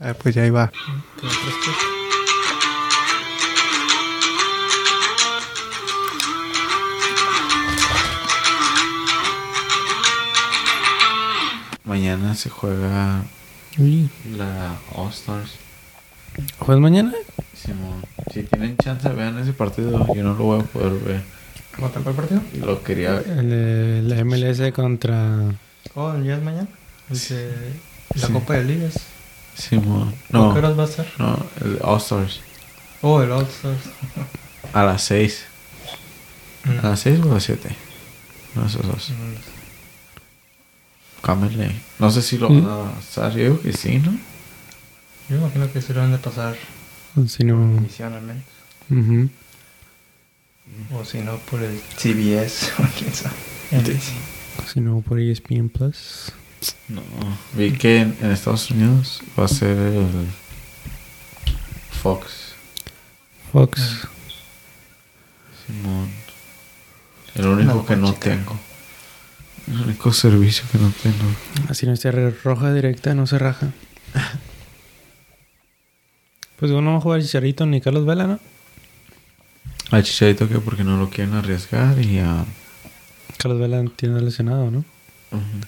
A ver, pues ya ahí va. Mañana se juega Uy, la All Stars. ¿Juegas mañana? Simón. Si tienen chance, vean ese partido. Yo no lo voy a poder ver. ¿Cómo tal fue el partido? Lo quería ver. El de la MLS contra... Oh, ya es mañana. El de la Sí. Copa de Ligas. Simón. ¿A No, qué horas va a estar? no, el All Stars. Oh, el All Stars. A las 6. ¿A las 6 o a las 7? No, esos dos. Mm. Cámbiale. No sé si lo van a pasar. Yo digo que sí, ¿no? Yo me imagino que se lo han de pasar Si no... misión al menos. Ujú. O si no, por el CBS o quién sabe. Si no, por E ESPN Plus. No. Vi que en, en Estados Unidos va a ser el Fox. Fox. Mm. Simón. El único No, que no chica. tengo. El único servicio que no tengo. Así no esté re- roja directa, no se raja. Pues uno va a jugar Chicharito ni Carlos Vela, ¿no? Al Chicharito que porque no lo quieren arriesgar y a... Carlos Vela tiene lesionado, ¿no? Ujú.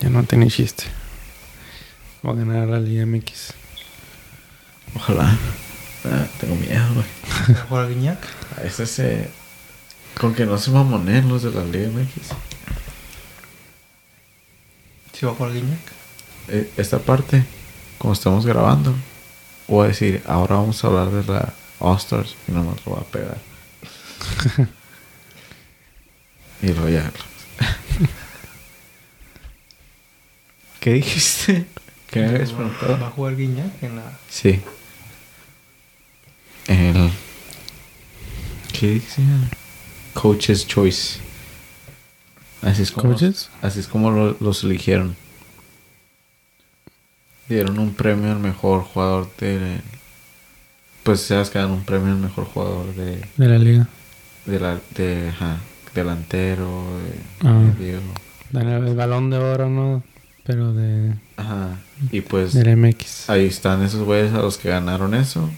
Ya no tiene chiste. Va a ganar la Liga MX. Ojalá. Ah, tengo miedo, güey. ¿Va a jugar Guiñac? A veces se... Con que no se mamonen los de la Liga MX. ¿Sí va a jugar Guiñac? eh, esta parte, como estamos grabando, voy a decir, ahora vamos a hablar de la All-Stars y no nos lo va a pegar. y lo ya. ¿Qué dijiste? ¿Qué me habías ¿Va a preguntado? jugar Guiñac en la Sí. El. ¿Qué dice? Coach's Choice. Así es como, ¿Coaches? así es como lo- los eligieron. Dieron un premio al mejor jugador de. Pues sabes que dan un premio al mejor jugador de. De la Liga. de la, de ajá, delantero, de, Ah. medio. Dan el balón de oro, ¿no? Pero de, Ajá. Y pues. de la MX. Ahí están esos güeyes a los que ganaron eso.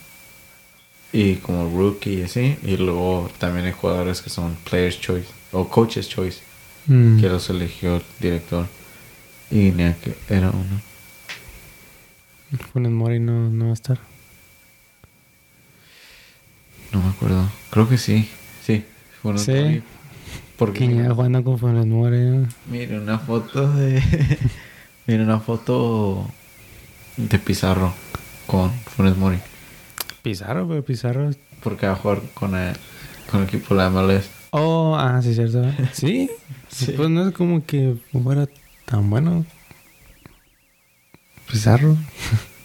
Y como rookie y así. Y luego también hay jugadores que son players choice o coaches choice. Mm. Que los eligió el director. Y ni a que era uno. Funes Mori no, no va a estar. No me acuerdo. Creo que sí. Sí. fue uno Sí. por ahí. Porque Porque ya jugando con Funes Mori. ¿no? mire una foto de... mire una foto de Pizarro con Funes Mori. Pizarro, pero Pizarro. Porque va a jugar con el, con el equipo de la MLS. Oh, ah, sí, cierto. ¿eh? ¿Sí? Sí. Pues no es como que fuera tan bueno. Pizarro.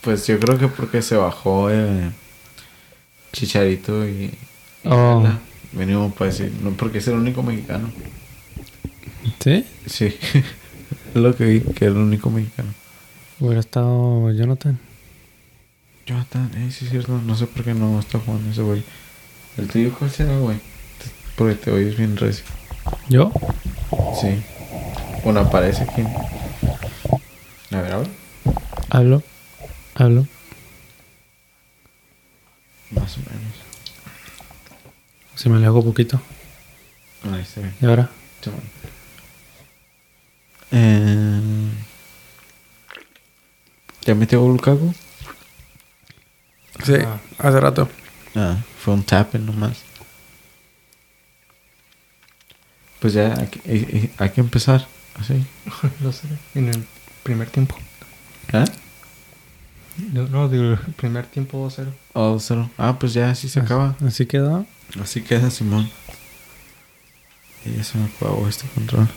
Pues yo creo que porque se bajó eh, Chicharito y... y Oh. Vela. Venimos para decir, no, porque es el único mexicano. ¿Sí? Sí, es lo que vi, que era el único mexicano. Hubiera estado Jonathan. Jonathan, eh, sí es cierto, no sé por qué no está jugando ese güey. ¿El tuyo cuál será, güey? Te- Porque te oyes bien recio. ¿Yo? Sí. Bueno, aparece aquí. A ver, ahora. Hablo. Hablo. Más o menos. Si me le hago poquito. Ahí está bien. ¿Y ahora? Chao. Eh, ¿Ya metió gol Lukaku? Sí, hace rato. Ah, fue un tapping nomás. Pues ya hay, que- eh, eh, hay que assim. empezar así. Lo sé, en el primer tiempo. ¿Ah? No, no, digo, el primer tiempo 2-0. Oh, cero. Ah, pues ya así se acaba. Así quedó. Así queda Simón. Y ya se me apagó este control.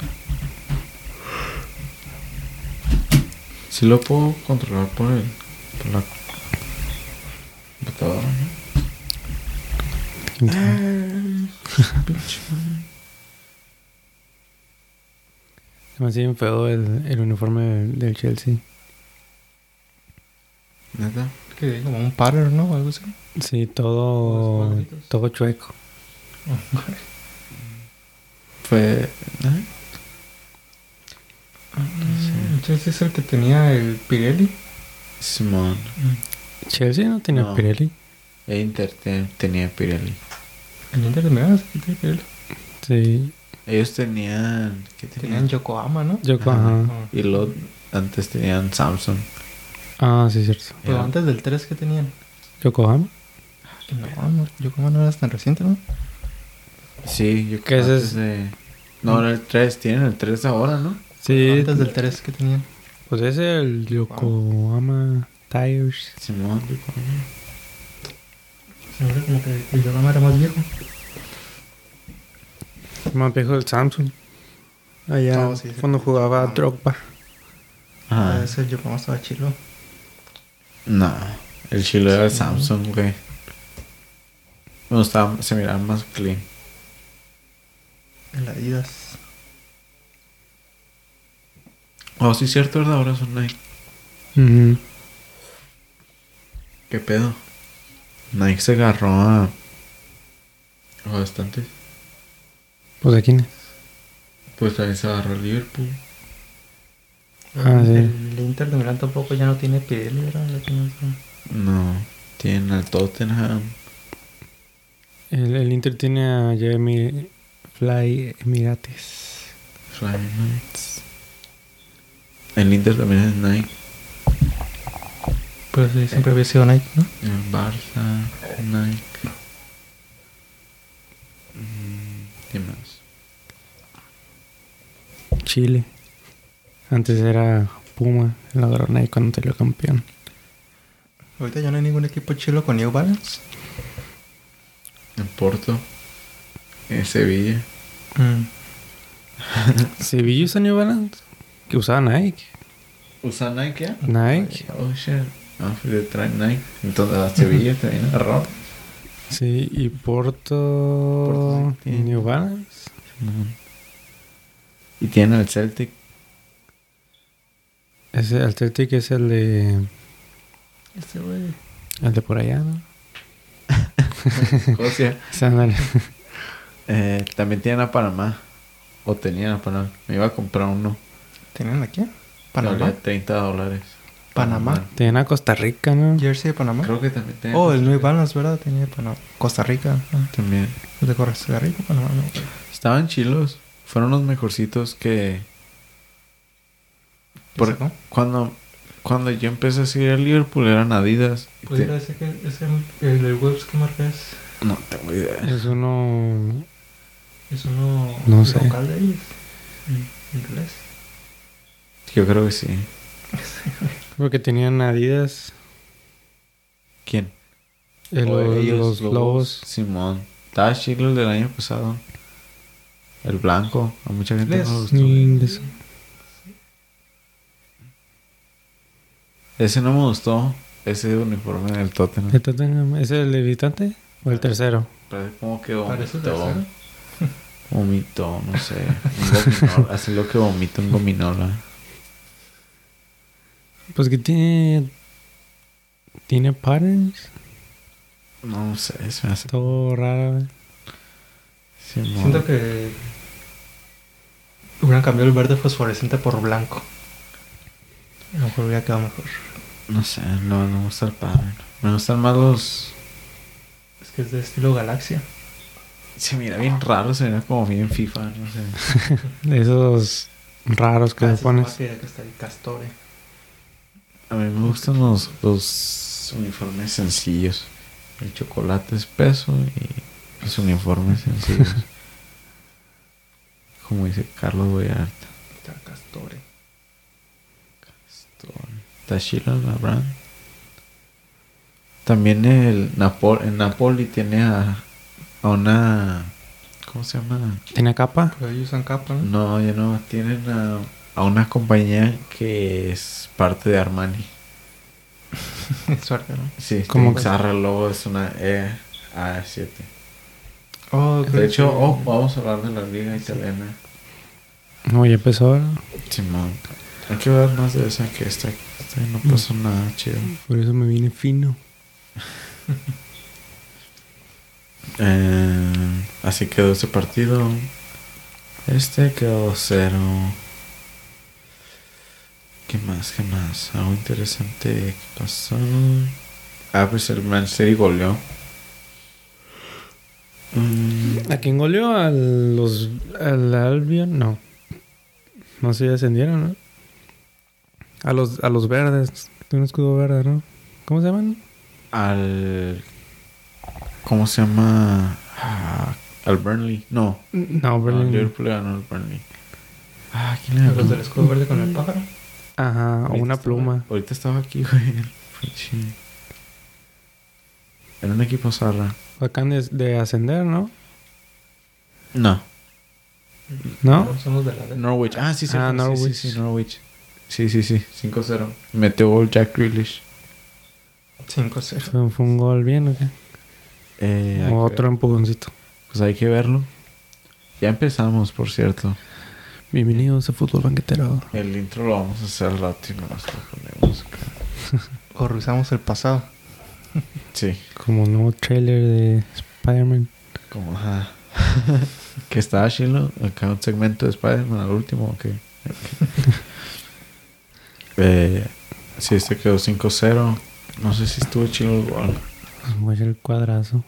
Si lo puedo controlar por el. por la computadora, ¿no? ¿Quién sabe? Ah. Se me hace bien feo el, el uniforme del, del Chelsea. ¿Neta? Que como un pattern, ¿no? O algo así. Sí, todo, Los cuadritos. todo chueco. Fue. ¿eh? No sé. Entonces Mm, es el que tenía el Pirelli. Simón. Chelsea no tenía No. Pirelli. E Inter te- tenía Pirelli. El Inter de Miami sí tenía Pirelli. Sí. Ellos tenían. ¿Qué Tenían tenían? Yokohama, ¿no? Yo, Ah. Ajá. ajá. Y luego antes tenían Samsung. Ah, sí, cierto. Pero Era- antes del 3 que tenían. Ah, Yokohama. No, no, Yokohama no era tan reciente, ¿no? Sí, yo ¿Qué creo es que eso? es de... No, era el 3. Tienen el 3 ahora, ¿no? Sí. Antes del 3 que tenían. Pues es el Yokohama Tires. Simón. Seguro como que el Yokohama era más viejo. Más viejo del Samsung. Allá No, sí, sí. cuando jugaba a Drogba. Ah, Ah, ese Yokohama estaba chilo. no. El chilo era Samsung, güey. Me gustaba, se miraba más clean. El Adidas. Oh, sí, cierto, ¿verdad? Ahora son Nike. Ujú. ¿Qué pedo? Nike se agarró a. a bastantes. Pues de quién es. Pues también se agarró el Liverpool. Ah, sí. El Inter de Milán tampoco ya no tiene Pirelli, ¿verdad? Ya tiene otro. No. Tienen al Tottenham. El, el Inter tiene a Jeremy Fly Emirates. Fly Knights. El Inter también es Nike. Pues sí, siempre había sido Nike, ¿no? El Barça, Nike. Mm, ¿Qué más? Chile. Antes era Puma. Lo agarraron ahí cuando salió campeón. Ahorita ya no hay ningún equipo chilo con New Balance. El Porto. El Sevilla. Mm. Sevilla usa New Balance. Que usaba Nike. ¿Usa Nike ya? Nike. Oh shit. Ah, fui de trae Nike. Entonces a Sevilla también agarró. Sí, y Porto. Porto sí tiene. New Balance. Y tienen al Celtic. Ese Athletic es el de. Este güey. El de por allá, ¿no? Escocia. Sí, ándale. Eh, también tienen a Panamá. O tenían a Panamá. Me iba a comprar uno. ¿Tenían aquí? Valía Panamá. 30 dólares. Panamá. Tenían a Costa Rica, ¿no? Jersey de Panamá. Creo que también tenían. Oh, el New Balance, ¿verdad? Tenía Panamá. Costa Rica. Ah, También. el de Costa Rica, Panamá. No. Estaban chilos. Fueron los mejorcitos que. Por- sacó? cuando, cuando yo empecé a seguir al Liverpool eran Adidas. Y Pues Pudiera te- decir que es el, el, el Webs que marca es, no tengo idea. Es uno. es uno No sé. local de ellos. Mm, Inglés. Yo creo que sí. Porque tenían Adidas. ¿Quién? eh, O los, ellos, los lobos. Simón. Estaba chilo el del año pasado. El blanco. A mucha gente no le Les- gustó. Inglés. Ese no me gustó. Ese uniforme del Tottenham. El Tottenham, ¿Es el evitante? ¿O el tercero? Parece como que Parece vomitó. tercero. Vomitó, no sé. Un gominola. Hace lo que vomita un gominola. Pues que tiene. Tiene patterns. No sé, se me hace. Todo raro. ¿eh? güey. Simón. Siento que hubieran cambiado el verde fosforescente por blanco. A lo mejor hubiera quedado mejor. No sé, no, no me gusta el pattern. Me gustan más los. Es que es de estilo galaxia. Se mira bien raro, se mira como bien FIFA, no sé. De Esos raros que Ah, le esa pones. es la que está ahí, Castore. A mí me gustan los, los uniformes sencillos. El chocolate espeso y los uniformes sencillos. Como dice Carlos Boyarta. Está Castore. Está chila la brand. También el Napol en Napoli tiene a, a una... ¿Cómo se llama? Tiene capa. Pero ellos usan capa, Mm. ¿no? No, ya no. Tienen a, a una compañía que es parte de Armani. Suerte, ¿no? Sí, ¿Cómo como que que? se agarra el logo, es una EA7. Oh, creo De hecho, que- oh, vamos a hablar de la liga italiana. No, ya empezó ahora. Simón. Hay que hablar más de esa que esta. Esta no pasó nada chido. Por eso me vine fino. Eh, así quedó Este ese partido. Este quedó 0. ¿Qué más? ¿Qué más? Algo interesante que pasó. Ah, pues el Man City goleó. Mm, ¿A quién goleó? ¿A los, ¿Al Albion? No. No sé, descendieron, ¿no? A los, a los verdes. Tiene un escudo verde, ¿no? ¿Cómo se llaman? al. ¿Cómo se llama? Ah, al Burnley. No, No, al Berlín. Liverpool le ganó al Burnley. Ah, ¿quién le Los ganó? del escudo verde con el pájaro. Ajá, o Ahorita Pues, una estaba- pluma. ahorita estaba aquí, güey. el pinche- Era un equipo zarra. Acaban de, de ascender, ¿no? No. ¿No? Son los de la verde. Norwich. Ah, sí, sí. Ah, sí, Norwich. Sí, sí, Norwich. Sí, sí, sí. 5-0. Metió gol Jack Grealish. 5-0. Fue, fue un gol bien, ¿o qué? Eh, hay O que otro empujoncito. ver- Pues hay que verlo. Ya empezamos, por cierto. Bienvenidos a Fútbol Banquetero. El intro lo vamos a hacer al rato y nomás lo ponemos acá. O revisamos el pasado. Sí, Como un nuevo trailer de Spider-Man. como ajá. que estaba chilo. Acá un segmento de Spider-Man al último. Ok. eh, sí, este quedó 5-0. No sé si estuvo chilo el gol. Pues voy a hacer el cuadrazo.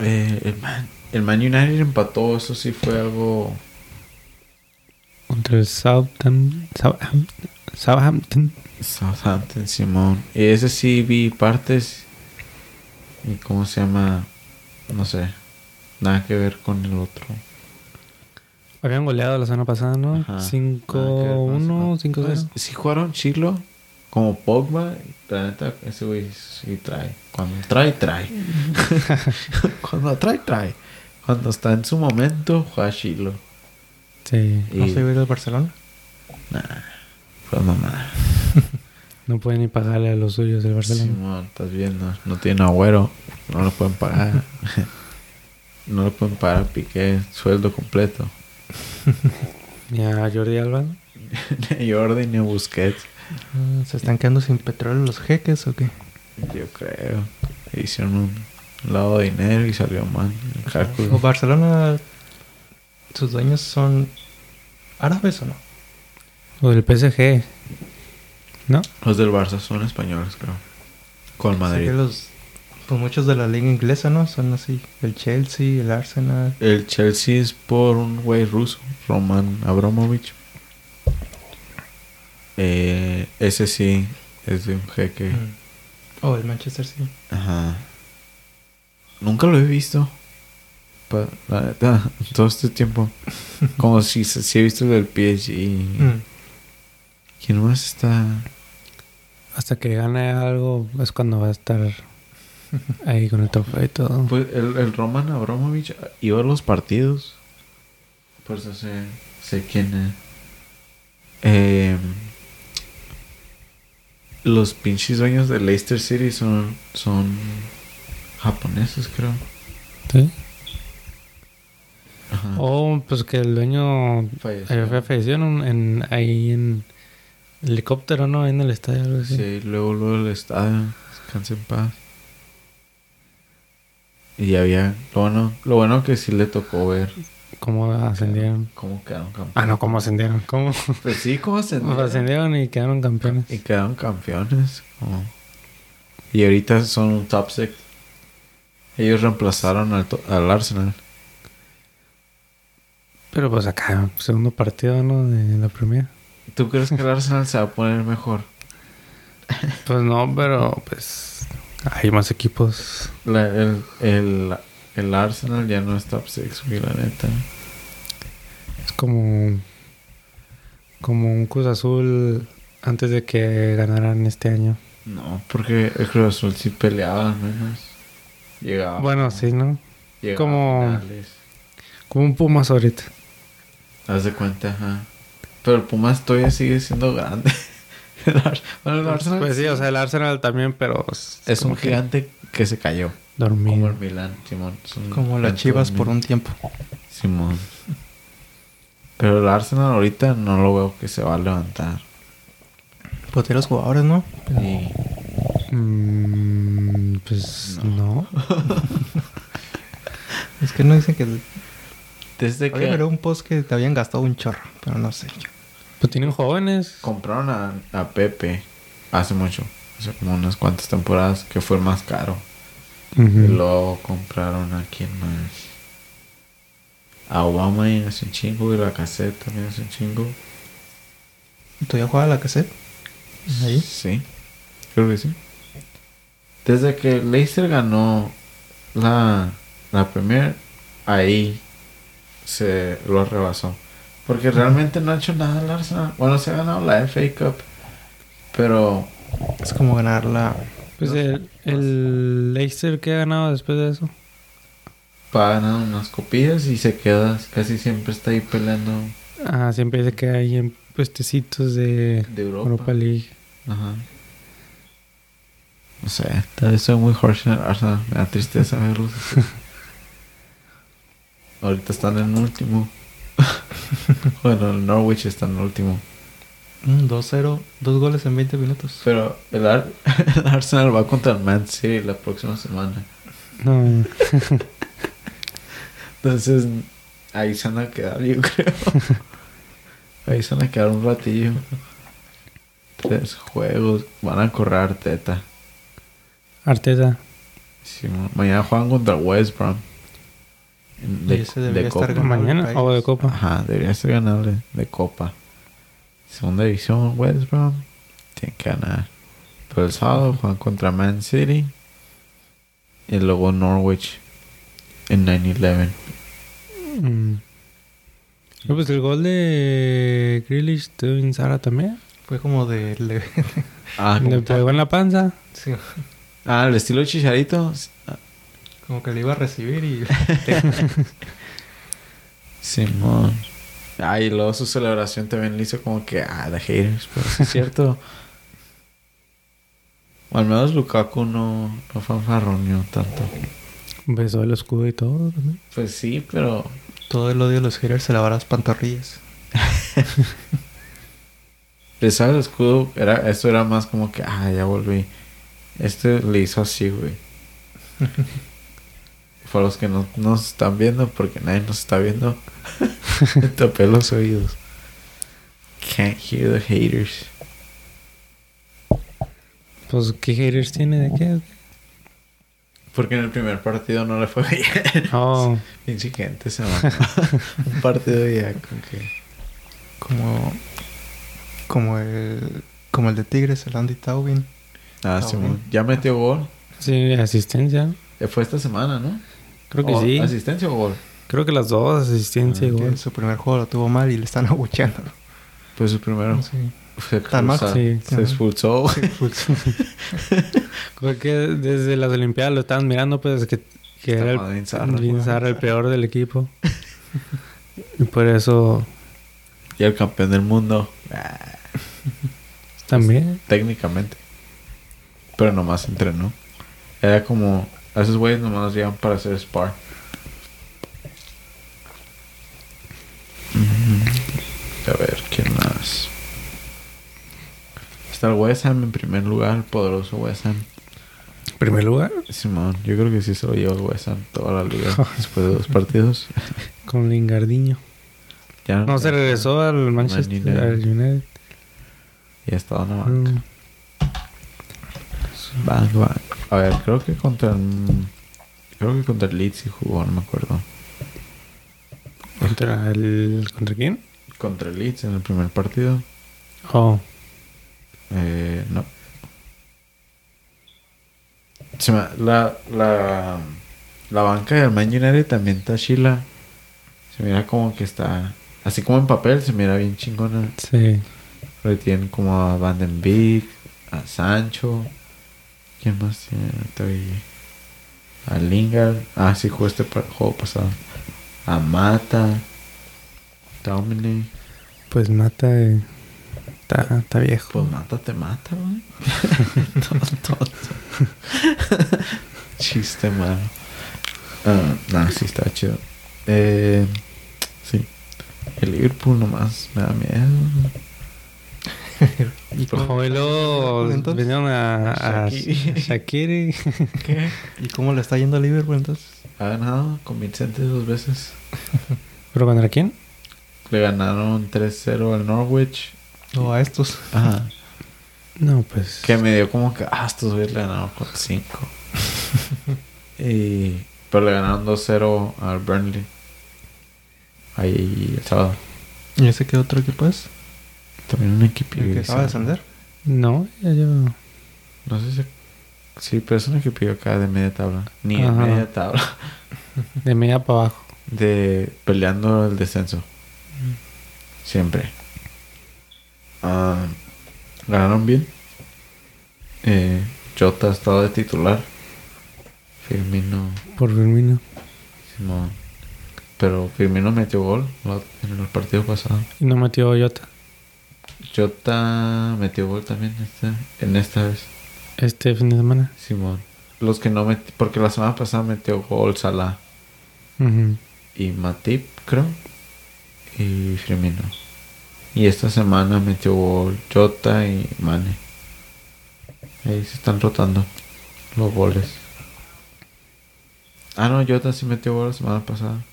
Eh, el, man, el Man United empató, eso sí fue algo. Contra el Southampton. Southampton. Southampton. Southampton, Simón. Y ese sí vi partes. ¿Y cómo se llama? No sé. Nada que ver con el otro. Habían goleado la semana pasada, ¿no? Ajá. 5-1, Ah, Nada que ver, no sé, 5-0. no. Bueno, Si jugaron chilo, como Pogba, la neta, ese güey sí trae. Cuando trae, trae. Cuando trae, trae. Cuando está en su momento, juega chilo. Sí. Y, ¿No se iba a ir al Barcelona? nah, fue mamada. No pueden ni pagarle a los suyos del Barcelona. Simón, estás viendo, no tiene agüero, no lo pueden pagar. no lo pueden pagar a Piqué, sueldo completo. Ni a Jordi Alba. ¿no? ni Jordi ni Busquets, Ah, ¿Se están quedando sin petróleo los jeques o qué? yo creo. Hicieron un lado de dinero y salió mal el ¿O pues. cálculo. Barcelona, sus dueños son árabes o no? O del PSG. ¿No? Los del Barça son españoles, creo. Con Sé Madrid. que los, pues muchos de la liga inglesa, ¿no? Son así. El Chelsea, el Arsenal. El Chelsea es por un güey ruso, Roman Abramovich. Eh, ese sí es de un jeque. Mm. O el Manchester City. Ajá. Nunca lo he visto. Pa- la neta, todo este tiempo. Como si, si he visto el del PSG. Mm. ¿Quién más está? Hasta que gane algo es cuando va a estar ahí con el trofeo y todo. Pues el, el Roman Abramovich iba a los partidos. Por eso sé, sé quién es. Eh, los pinches dueños de Leicester City son, son japoneses, creo. ¿Sí? Ajá. O pues que el dueño Falleció. Ahí fue falleció en, un- en- ahí en helicóptero, ¿no? Ahí en el estadio, algo así. Sí, luego luego el estadio, descansa en paz. Y ya había, lo bueno, lo bueno que sí le tocó ver ¿Cómo ascendieron? cómo quedaron Ah, campeones. no, ¿cómo ascendieron? ¿Cómo Pues sí, cómo ascendieron. ascendieron y quedaron campeones? Y quedaron campeones. como- Y ahorita son un top six. Ellos reemplazaron al, to- al Arsenal. Pero pues acá, segundo partido, ¿no? De la primera. ¿Tú crees que el Arsenal se va a poner mejor? Pues no, pero pues hay más equipos. La- el, el, el Arsenal ya no es top six, güey, la neta. Es como, como un Cruz Azul antes de que ganaran este año. No, porque el Cruz Azul sí peleaba al menos. Llegaba. Bueno, sí, ¿no? Llegaba como- a finales. Como un Pumas ahorita. Haz de cuenta, ajá. Pero el Pumas todavía sigue siendo grande. El Ar- bueno, el Arsenal Pues sí, o sea, el Arsenal también, pero... Es, es como un que gigante que se cayó. Como el Dormido. Milán, Simón. Es un Como las gigante Chivas por dormido. un tiempo. Simón. Pero el Arsenal ahorita no lo veo que se va a levantar. Pues de los jugadores, ¿no? Y Mm, pues no. Es que no dicen que... desde Había que... leído un post que te habían gastado un chorro, pero no sé. yo. Pues tienen jóvenes. Compraron a, a Pepe hace mucho, hace como unas cuantas temporadas que fue más caro. Mm. Y luego compraron a quién más. A Obama y hace un chingo, y la caseta también hace un chingo. ¿Todavía jugaba la cassette? Ahí. Sí, creo que sí. Desde que Leicester ganó la, la Premier, ahí se lo rebasó. Porque realmente no ha hecho nada el Arsenal. Bueno, se ha ganado la FA Cup, pero Es como ganar la. Pues el, el Leicester que ha ganado después de eso. va ganando unas copillas y se queda casi siempre está ahí peleando Ah, siempre dice que hay en puestecitos de de Europa. Europa League. Ajá. No sé, tal vez soy muy harsh en el Arsenal. Me da tristeza verlos. así. Ahorita están en último. bueno, el Norwich está en último. Mm, 2-0, dos goles en 20 minutos. Pero el, Ar- el Arsenal va contra el Man City la próxima semana. No, Entonces, ahí se van a quedar, yo creo. ahí se van a quedar un ratillo. Tres juegos. Van a correr a Arteta. Arteta. Sí, ma- mañana juegan contra West Brom. En- Y ese debería estar Copa. ganado el Mañana país. o de Copa. Ajá, debería ser ganable de Copa. Segunda división, West Brom. Tienen que ganar. Pero el sábado juegan contra Man City. Y luego Norwich en 9-11. Mm. No, pues el gol de Grealish de Sara también. Fue como de. le- Ah, Le como- pegó en la panza. sí, ah, el estilo chicharito. como que le iba a recibir y. Simón. Ah, y luego su celebración también le hizo como que, ah, the haters, pero sí es cierto. o al menos Lukaku no, no fanfarroneó tanto. Besó el escudo y todo. ¿no? Pues sí, pero Todo el odio de los haters se lavaba las pantorrillas. besar el escudo, era, esto era más como que, ah, ya volví. Este le hizo así, güey. Para los que no no nos están viendo, porque nadie nos está viendo, me tapé los oídos. Can't hear the haters. Pues, ¿qué haters tiene de qué? Porque en el primer partido no le fue bien. Oh, Pinche gente se mamó. Un partido ya con que. Como. Como el. Como el de Tigres, el Andy Taubin. Ah, Ah, Simón. bueno. Ya metió gol. sí, asistencia. Eh, Fue esta semana, ¿no? Creo que O- sí. ¿Asistencia o gol? Creo que las dos, asistencia y Ah, que gol. en su primer juego lo tuvo mal y le están abucheando. Pues su primero. Sí. Fue Tan mal, expulsado. sí, pues. Se expulsó. Creo que desde las Olimpiadas lo estaban mirando, pues que, que Está era el, mal, Zarra. Vin Zarra el peor del equipo. y por eso Y el campeón del mundo. Ah, también. técnicamente. Pero nomás entrenó. Era como. A esos güeyes nomás los llevan para hacer spar. A ver, ¿quién más? Está el West Ham en primer lugar, el poderoso West Ham. En primer lugar, Simón, yo creo que sí se lo lleva el West Ham toda la liga después de dos partidos. con Lingardiño. Ya No, se queda- regresó al Manchester United. Ah, al United. Ya está en la banca. Mm. Banca, banca. A ver, creo que contra el- Creo que contra el Leeds sí jugó, no me acuerdo. ¿Contra, el, ¿Contra quién? Contra el Leeds en el primer partido. Oh, Eh, no. Se me- la, la, la banca del Man United también está chila. Se mira como que está... Así como en papel, se mira bien chingona. sí. Pero tienen como a Van Den Beek, a Sancho. ¿Quién más tiene? Ahorita vi A Lingard. Ah, sí, jugó este pa- juego pasado. A Mata. Dominic. Pues mata. eh, Está, está viejo. Pues Mata te mata, güey. Tonto. Chiste malo. Ah, no, sí está chido. Eh, sí. El Liverpool nomás me da miedo. Y Pues, como- Oh, y luego Entonces, vinieron a, a, a Shaqiri. Shaqiri. ¿Qué? ¿Y cómo le está yendo a Liverpool entonces? Ha ganado convincente dos veces. ¿Pero contra quién? le ganaron 3-0 al Norwich. No, a estos. Ajá. No, pues. Que me dio como que, ah, estos güeyes le ganaron 4-5. y, pero le ganaron 2-0 al Burnley. Ahí el sábado. ¿Y ese qué otro equipo es? También un equipo. ah. El que acaba de ascender. No, ya lleva. No sé si. Sí, pero es un equipo acá de media tabla. Ni de Ajá. media tabla. De media para abajo. De peleando el descenso. Siempre. Ah, ganaron bien. Eh, Jota ha estado de titular. Firmino. Por Firmino. Simón. Pero Firmino metió gol lo- en los partidos pasados. Y no metió Jota. Jota metió gol también este- en esta vez. Este fin de semana. Simón. Los que no metió. Porque la semana pasada metió gol Salah. Ujú. y Matip, creo, y Firmino. Y esta semana metió gol Jota y Mane. Ahí se están rotando los goles. Ah, no, Jota sí metió gol la semana pasada.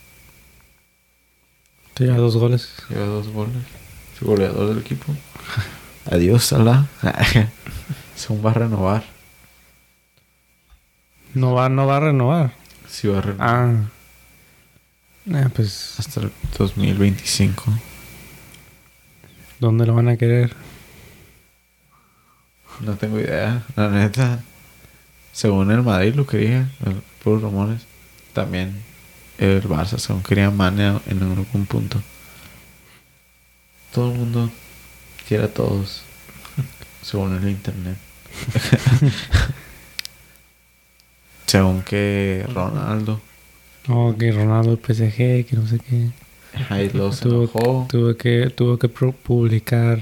Te lleva dos goles. Lleva dos goles. Su goleador del equipo. Adiós, Salah. Son va a renovar. No va, no va a renovar. Sí va a renovar. Ah. Eh, pues, Hasta el 2025. ¿dónde lo van a querer? No tengo idea, la neta. Según el Madrid lo quería, el- puros rumores. También el Barça, según quería Mane a- en algún punto. Todo el mundo quiere a todos, según el internet. según que Ronaldo, Oh, que Ronaldo el PSG, que no sé qué. ahí lo se Tuvo- enojó. Tuve que, tuvo que pro- publicar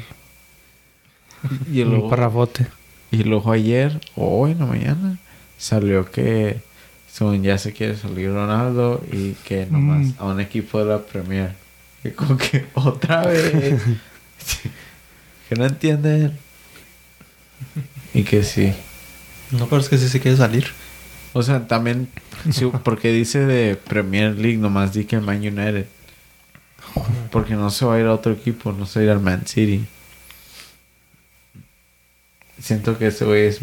Y un luego parrafote. Y luego ayer, o hoy en la mañana, salió que según ya se quiere salir Ronaldo y que nomás Mm. a un equipo de la Premier. Y como que otra vez. que no entienden. Y que sí. No, pero es que sí se quiere salir. O sea, también, sí, porque dice de Premier League, nomás di que Man United. Porque no se va a ir a otro equipo, no se va a ir al Man City. Siento que ese güey es.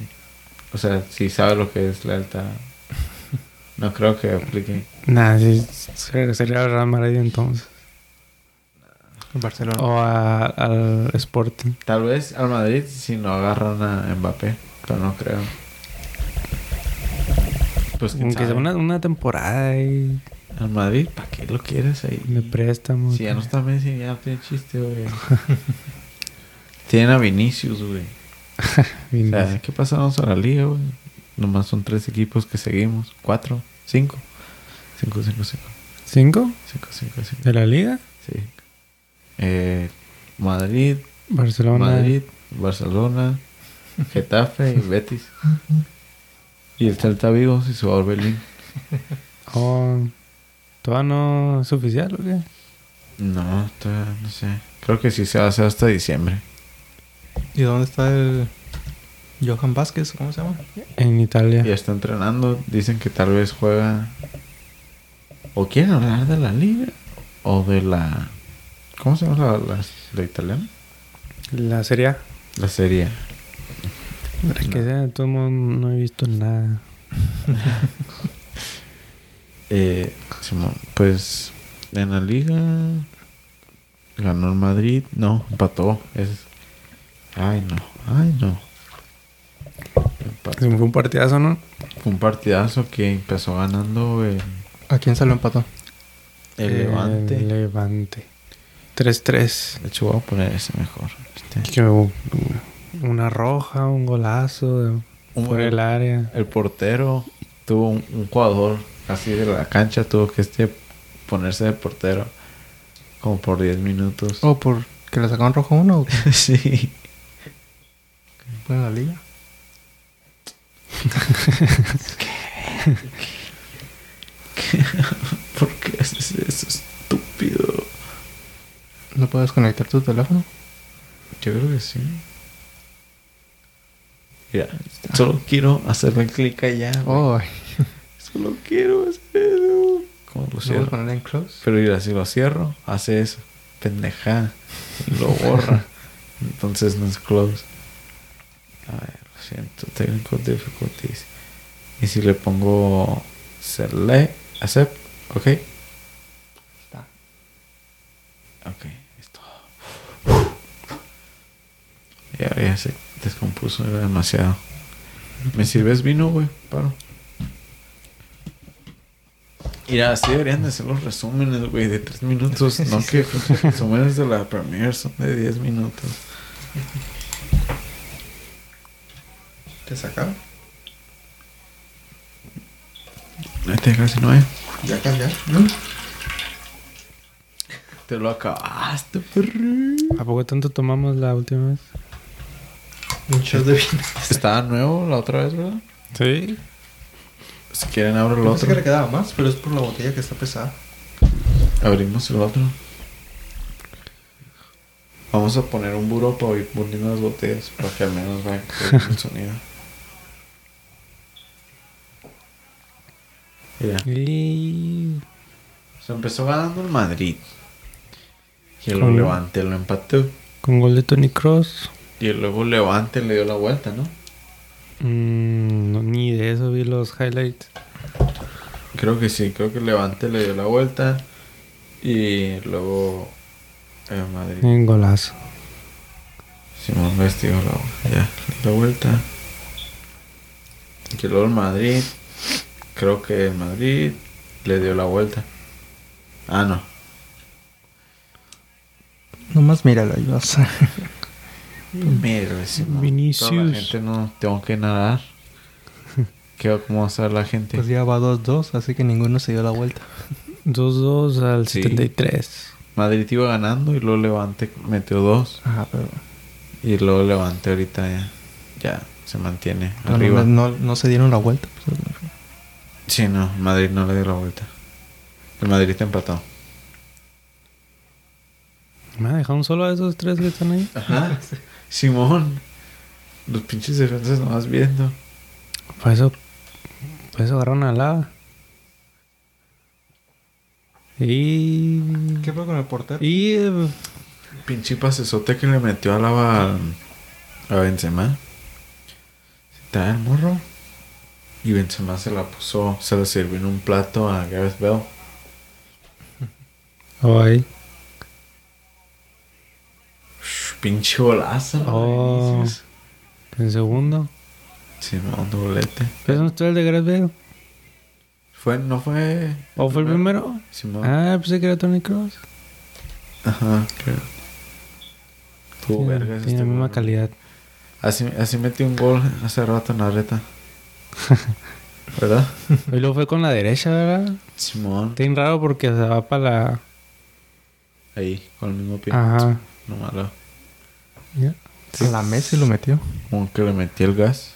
O sea, si sabe lo que es lealtad. No creo que aplique. Nah, sí, se- sería el Real Madrid entonces. El Barcelona. O a- al Sporting. Tal vez al Madrid si no agarran a Mbappé, pero no creo. Pues quién Aunque sea sabe. una, una temporada ahí Al Madrid, ¿para qué lo quieres ahí? de préstamo. Si ya no está Messi, ya no tiene chiste, güey. Tienen a Vinicius, güey. O Bien, sea, ¿qué pasamos a la liga, güey? Nomás son tres equipos que seguimos. Cuatro, cinco. Cinco, cinco, cinco. ¿Cinco? Cinco, cinco, cinco. ¿De la Liga? Sí. Eh, Madrid, Barcelona. Madrid, Barcelona, Getafe y Betis. Y el Celta Vigo y su Orbelín. Oh, ¿Todavía no es oficial o qué? No, todavía no sé. Creo que sí se va a hacer hasta diciembre. ¿Y dónde está el Johan Vázquez? ¿Cómo se llama? En Italia. Ya está entrenando. Dicen que tal vez juega. O quieren hablar de la liga. O de la. ¿Cómo se llama la, la, la italiana? La Serie A. La serie. Pues Que sea, de todo modo no he visto nada. Eh, Simón, pues en la liga. Ganó el Madrid. No, empató. Es... Ay, no. Ay, no. Empató. Se me fue un partidazo, ¿no? Fue un partidazo que empezó ganando el, ¿A quién se lo empató? el Eh, Levante. Levante. 3-3. De hecho, voy a poner ese mejor. Este. Que hubo Una roja, un golazo de- Un- por el área. El portero tuvo un, un jugador así de la cancha, tuvo que este ponerse de portero como por 10 minutos. ¿O Oh, por que le sacaron rojo uno? ¿O sí. fue en la liga? ¿Por qué haces eso, estúpido? ¿No puedes conectar tu teléfono? Yo creo que sí. Mira, solo quiero hacerle clic allá. güey. Oh, Solo quiero hacer eso. ¿Cómo lo ¿lo puedes cierro? poner en close? Pero mira, si lo cierro, hace eso. pendejada. Lo borra. Entonces no es close. A ver, lo siento. Technical difficulties. Y si le pongo select, accept, ok. Está. Ok, es todo. Y ahora ya se descompuso, era demasiado. ¿Me sirves vino, güey? Paro. Mira, así deberían de ser los resúmenes, güey, de 3 minutos. No que los resúmenes de la Premiere son de 10 minutos. ¿Te sacaron? Este casi no es. ¿Ya cambiaron? Te lo acabaste, perro. ¿A poco tanto tomamos la última vez? Un shot de vino. Estaba nuevo la otra vez, ¿verdad? Sí. Si quieren, abro el Yo pensé que otro. le quedaba más, pero Pues es por la botella que está pesada. Abrimos el otro. Vamos a poner un buró para ir poniendo las botellas para que al menos vayan con el sonido. Mira, Y... se empezó ganando el Madrid. Y luego Ujú. Levante lo empató. Con gol de Tony Cross. Y luego Levante le dio la vuelta, ¿no? Mm, no, ni de eso vi los highlights. Creo que sí, creo que Levante le dio la vuelta. Y luego el Madrid. En golazo. Simón Vestido la, ya, la vuelta. Que luego el Madrid, creo que el Madrid le dio la vuelta. Ah, no. Nomás míralo, ahí vas. Mira, Simón. Vinicius. Toda la gente no tengo que nadar. ¿Qué va cómo va a estar la gente? Pues ya va 2-2, así que ninguno se dio la vuelta. 2-2 al Sí. 73. Madrid iba ganando y luego Levante metió dos. Ajá, pero Y luego Levante ahorita ya, ya se mantiene Ah, no, arriba. No, no, no se dieron la vuelta. pues, no. Sí, no, Madrid no le dio la vuelta. El Madrid está empatado. ¿Me ha dejado un solo a esos tres que están ahí? Ajá. Simón. Los pinches defensas nomás viendo. Por eso... Por eso agarraron a lava. Y... ¿Qué fue con el portero? Y... eh, Pinche pasesote que le metió a la a Benzema. Se trae el morro. Y Benzema se la puso, se la sirvió en un plato a Gareth Bell. Oh, ahí. Shh, pinche golazo. Oh. Vinicius. En segundo. Simón, doblete. ¿Pero no estuvo el de Gareth Bale? Fue, no fue. ¿O fue el primero? Simón. Ah, pensé que era Tony Cross. Ajá, creo. Tuvo Tiene, vergas tiene la misma morro. calidad. Así, así metí un gol hace rato en la reta. ¿Verdad? Y luego fue con la derecha, ¿verdad? Simón. Está bien raro porque se va para la... Ahí, con el mismo pie. Ajá. No malo. Ya. A la Messi lo metió. Como que le metí el gas.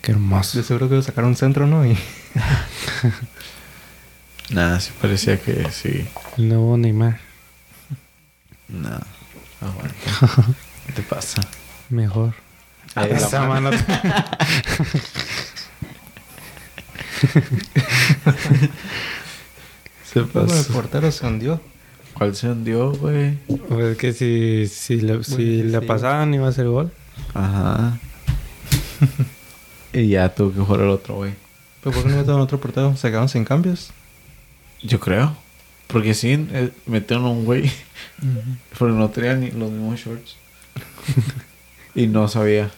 Qué hermoso. De seguro que lo sacaron centro, ¿no? Y Nada, sí parecía que sí. El nuevo Neymar. Nada. Aguanta. ¿Qué te pasa? Mejor. Ah, Ahí la Ah, Esa mano. mano. Se luego el pasó. portero se hundió. ¿Cuál se hundió, güey? Pues que si, si, le, si sí, le Pues sí. pasaban iba a ser gol. Ajá. y ya tuvo que jugar el otro, güey. ¿Pero por qué no metieron otro portero? ¿Se quedaron sin cambios? Yo creo. Porque sí, eh, metieron a un güey. Pero no tenía ni los mismos shorts. y no sabía.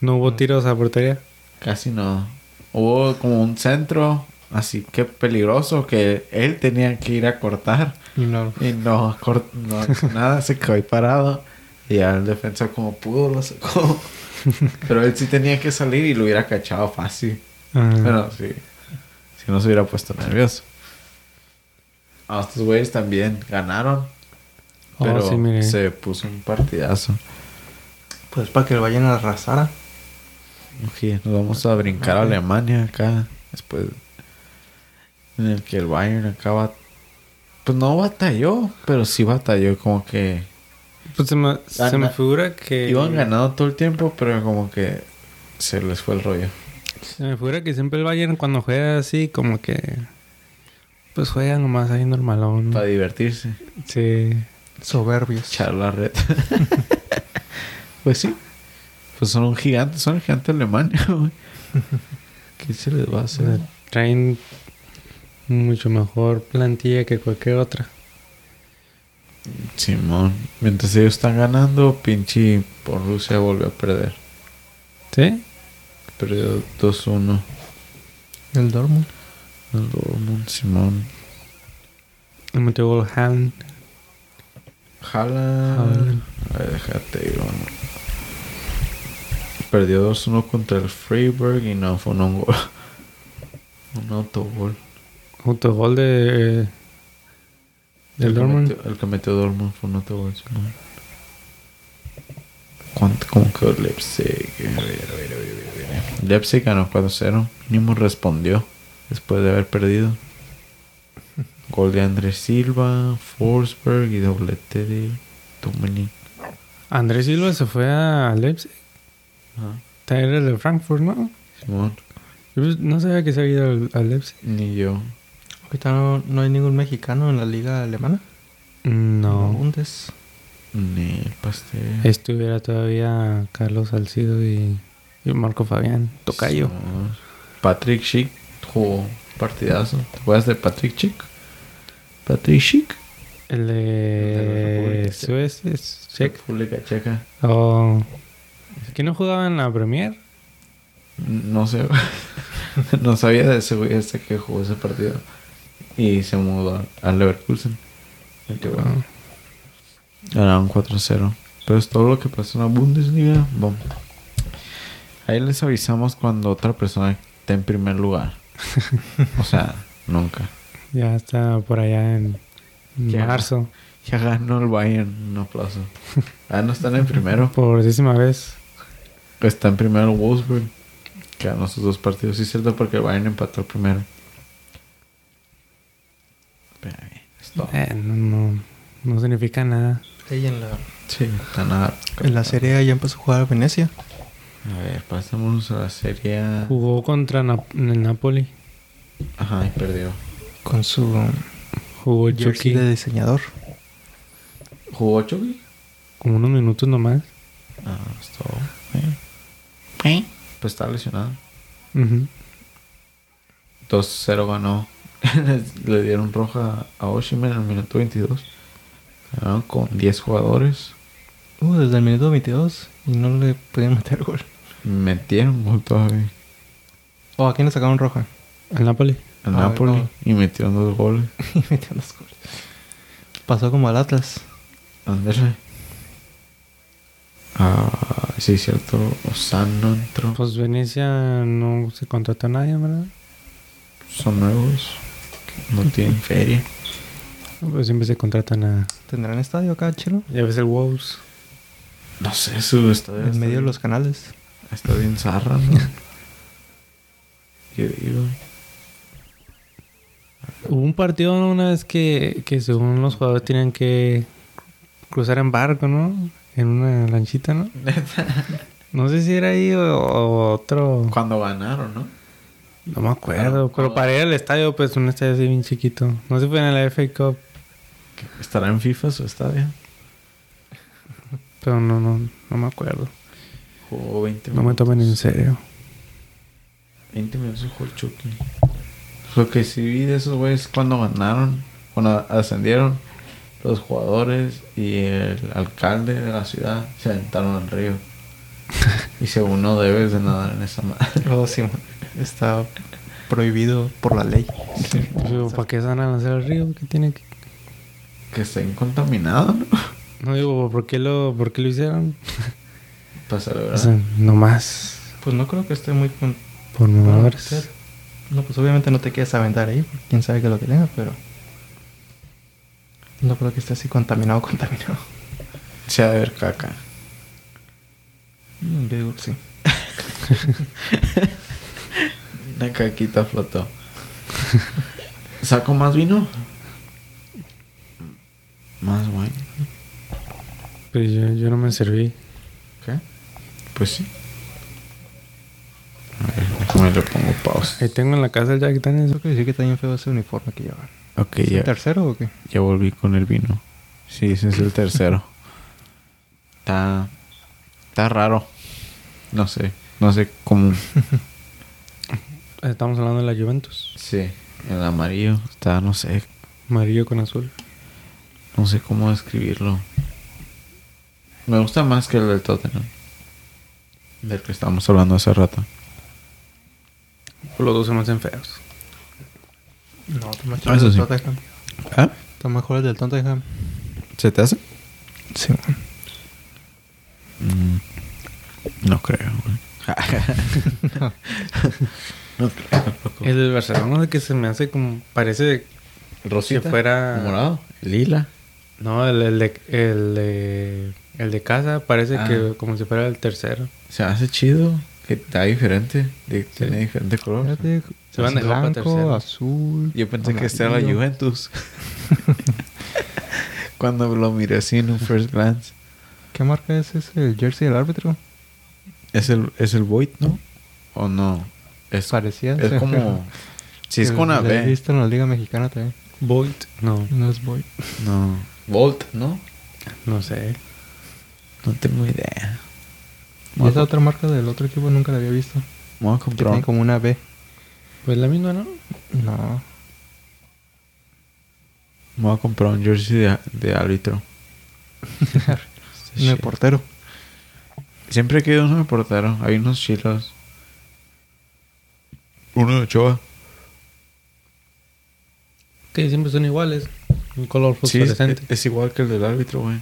No hubo tiros a portería. Casi no. Hubo como un centro, así que peligroso, que él tenía que ir a cortar. Y no. Y no, cort- no hizo nada, se quedó ahí parado. Y ya el defensa como pudo lo sacó. Pero él sí tenía que salir y lo hubiera cachado fácil. Ajá. Pero sí, si no se hubiera puesto nervioso. A Ah, estos güeyes también ganaron. Oh, Pero sí, mire. se puso un partidazo. Pues para que el Bayern arrasara. Ok, nos vamos a brincar a Alemania acá. Después. En el que el Bayern acaba. Pues no batalló, pero sí batalló. Como que. Pues se me, se me Gana- figura que... Iban ganando todo el tiempo, pero como que. Se les fue el rollo. Se me figura que siempre el Bayern cuando juega así como que... Pues juegan nomás ahí normalón. Para divertirse. Sí. Soberbios. Charla red. pues sí. Pues son un gigante, son el gigante de Alemania, güey. ¿Qué se les va a O sea, hacer? traen mucho mejor plantilla que cualquier otra. Simón. Mientras ellos están ganando, pinche por Rusia volvió a perder. ¿Sí? Perdió 2-1. El Dortmund. El Dortmund, Simón. Le metió gol Haaland. Jala. Haaland. Ay, déjate digo, no. Perdió 2-1 contra el Freiburg y no fue un gol. Un autogol. Autogol de. eh, del el que Dortmund. metió- El que metió Dortmund fue un autogol. Simón. ¿Cuánto? ¿Cómo quedó Leipzig? A ver, a ver, a ver, a ver, a ver. Leipzig ganó 4-0. Mínimo respondió después de haber perdido. Gol de Andrés Silva, Forsberg y doblete de Dominic. Andrés Silva se fue a Leipzig. Ah, Era el de Frankfurt, ¿no? Simón. Yo no sabía que se había ido al- al Leipzig. Ni yo. Ahorita no, no hay ningún mexicano en la liga alemana. No. La Bundes. Ni el pastel. Estuviera todavía Carlos Salcido y, y Marco Fabián. Tocayo. Simón. Patrick Schick jugó partidazo. ¿Te acuerdas de Patrick Schick? Patrick Schick. El De la de República Checa. Suecia. es Checa. República Checa. Oh. ¿Que no jugaba en la Premier? No sé. no sabía de ese güey este que jugó ese partido. Y se mudó al Leverkusen. El que bueno. Ganaron 4-0. Pero es todo lo que pasó en la Bundesliga. Bom. Ahí les avisamos cuando otra persona esté en primer lugar. o sea, nunca. Ya está por allá en Ya. marzo. Ya ganó el Bayern. Un aplauso. Ah, no están en primero. Por décima vez. Está en primero Wolfsburg. Que ganó sus dos partidos. Sí, es cierto, porque el Bayern empató el primero. Pero ahí, es todo. Eh, no, no, no significa nada. Ahí en la, Sí, está nada. en la Serie A ya empezó a jugar a Venecia. A ver, pasamos a la serie. A. Jugó contra Nap- el Napoli. Ajá, y perdió. Con su Jugó jersey Chucky. de diseñador. ¿Jugó Chucky? Como unos minutos nomás. Ah, es todo. Pues está lesionado. Ujú. 2-0 ganó. Le dieron roja a Oshimen en el minuto 22. Ganaron con 10 jugadores. Uh, desde el minuto 22 y no le podían meter gol. Metieron gol todavía. Oh, ¿a quién le sacaron roja? El Napoli. Al Ah, Napoli. no. Y metieron dos goles. y metían los goles. Pasó como al Atlas. Andrés. Ah, sí, cierto. Osano entró. Pues Venecia no se contrató a nadie, ¿verdad? Son nuevos. No tienen feria. No, Pues siempre se contratan a. ¿Tendrán estadio acá, Chelo? Ya ves el Wolves. No sé, su estadio. En está medio de bien- los canales. Está bien zarra, ¿no? Yo digo. Hubo un partido una vez que, que según los jugadores tenían que cruzar en barco, ¿no? En una lanchita, ¿no? No sé si era ahí o, o otro. Cuando ganaron, ¿no? No me acuerdo. Pero cuando- para ir al estadio, pues un estadio así bien chiquito. No sé si fue en la FA Cup, ¿Estará en FIFA su estadio? pero no, no, no me acuerdo. Jugó 20 No me tomen en serio. 20 minutos jugó Chucky. Lo que sí vi de esos güeyes cuando ganaron, cuando ascendieron, los jugadores y el alcalde de la ciudad se aventaron al río. Y según no debes de nadar en esa madre. Oh, sí, está prohibido por la ley. Pues digo, ¿para qué se van a lanzar al río? ¿Qué tiene que.? Que estén contaminados, ¿no? No digo, ¿por qué lo, por qué lo hicieron? Para celebrar. O sea, nomás. Pues no creo que esté muy... Con... Ah, Por menores. No, pues obviamente no te quieres aventar ahí, porque quién sabe qué es lo que tenga, pero... No creo que esté así contaminado, contaminado. Se ha de ver caca. Mm, Yo digo que sí. Una caquita flotó. ¿Saco más vino? Más wine. Pues yo, yo no me serví. ¿Qué? Pues sí. A ver, déjame le pongo pausa. Ahí tengo en la casa el Jack Daniels. Eh, Eso quiere decir que está bien feo ese uniforme que llevan. Ok, ¿Es el ya, tercero o qué? ya volví con el vino. Sí, ese es el tercero. está, está raro. No sé, no sé cómo. Estamos hablando de la Juventus. Sí, el amarillo está, no sé, Amarillo con azul. no sé cómo describirlo. Me gusta más que el del Tottenham. Del que estábamos hablando hace rato. Los dos se me hacen feos. No, está mejor Ah, el eso del sí. Tottenham. ¿Ah? Está mejor el del Tottenham. ¿Se te hace? Sí, man. Mm, no creo, güey. no creo. loco. El del Barcelona de que se me hace como... Parece que Rosita. fuera... Morado. Lila. No, el, el de, el, de, el de casa parece Ah. que como si fuera el tercero. Se me hace chido. Que está diferente. de- Tiene diferente color. Fíjate, Se van de es Copa blanco, tercero. azul. Yo pensé que este era la amarillo. Juventus. Cuando lo miré así en un first glance. ¿Qué marca es ese? ¿El jersey del árbitro? Es el, es el Void, ¿no? ¿O no? Es, Parecía. es ser. como... Si es Que con una lo he B. visto en la Liga Mexicana también. Void. No, No es boy. No. Volt, ¿no? no sé. No tengo idea. Y esa otra marca del otro equipo nunca la había visto. Vamos a Que tiene comprar. como una B. Pues la misma, ¿no? No. Me voy a comprar un jersey de, de árbitro. Un portero. Siempre he querido uno de portero. Hay unos chilos. Uno de Ochoa. Que siempre son iguales. Un color Sí, es, fosforescente. es igual que el del árbitro, güey.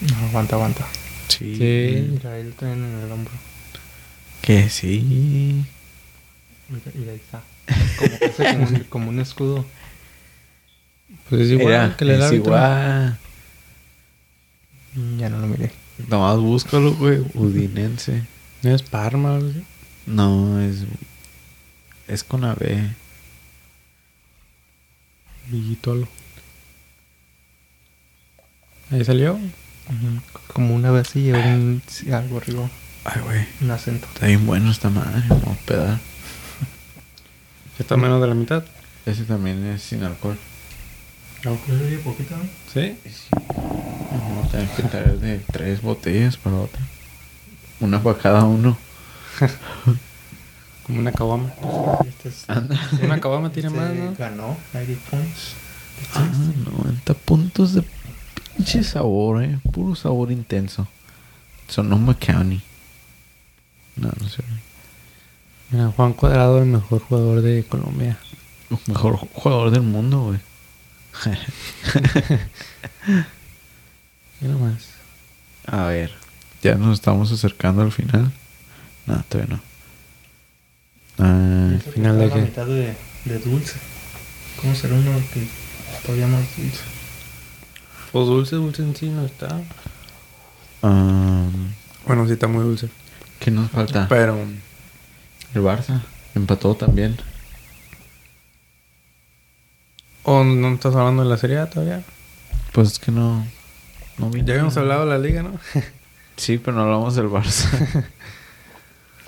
No, aguanta, aguanta. Sí. Sí. Mira, ahí lo traen en el hombro. Que sí. Mira, y ahí está. Como, que hace como, un, como un escudo. Pues es igual Mira, que el del es árbitro. igual. Mm, Ya no lo miré. Nomás búscalo, güey. Udinense. No es Parma. algo así. No, es. Es con AB. Villitolo. Ahí salió. Como una vez así lleva un, sí, algo arriba, Ay, güey. un acento. Está bien bueno esta madre. me Voy a pedar. Está menos de la mitad. Ese también es sin alcohol. poquito? ¿Sí? Vamos a tener que traer de tres botellas para otra. Una para cada uno. Como una caguama. Este es, Una caguama tiene más, ¿no? ganó 90 points. Ah, 90 puntos de pinche sabor, eh. Puro sabor intenso. Sonoma County. No, no sé. Mira, Juan Cuadrado, el mejor jugador de Colombia. Mejor jugador del mundo, güey. Mira más. A ver. Ya nos estamos acercando al final. No, todavía no. Ah, final de la qué? mitad de, de dulce. ¿Cómo será uno que todavía más dulce? Pues dulce, dulce en sí no está. ah, Bueno, sí está muy dulce. ¿Qué nos falta? Pero El Barça. Empató también. ¿O oh, no estás hablando de la Serie A todavía? Pues es que no. no vi Ya habíamos nada. hablado de la Liga, ¿no? Sí, pero no hablamos del Barça.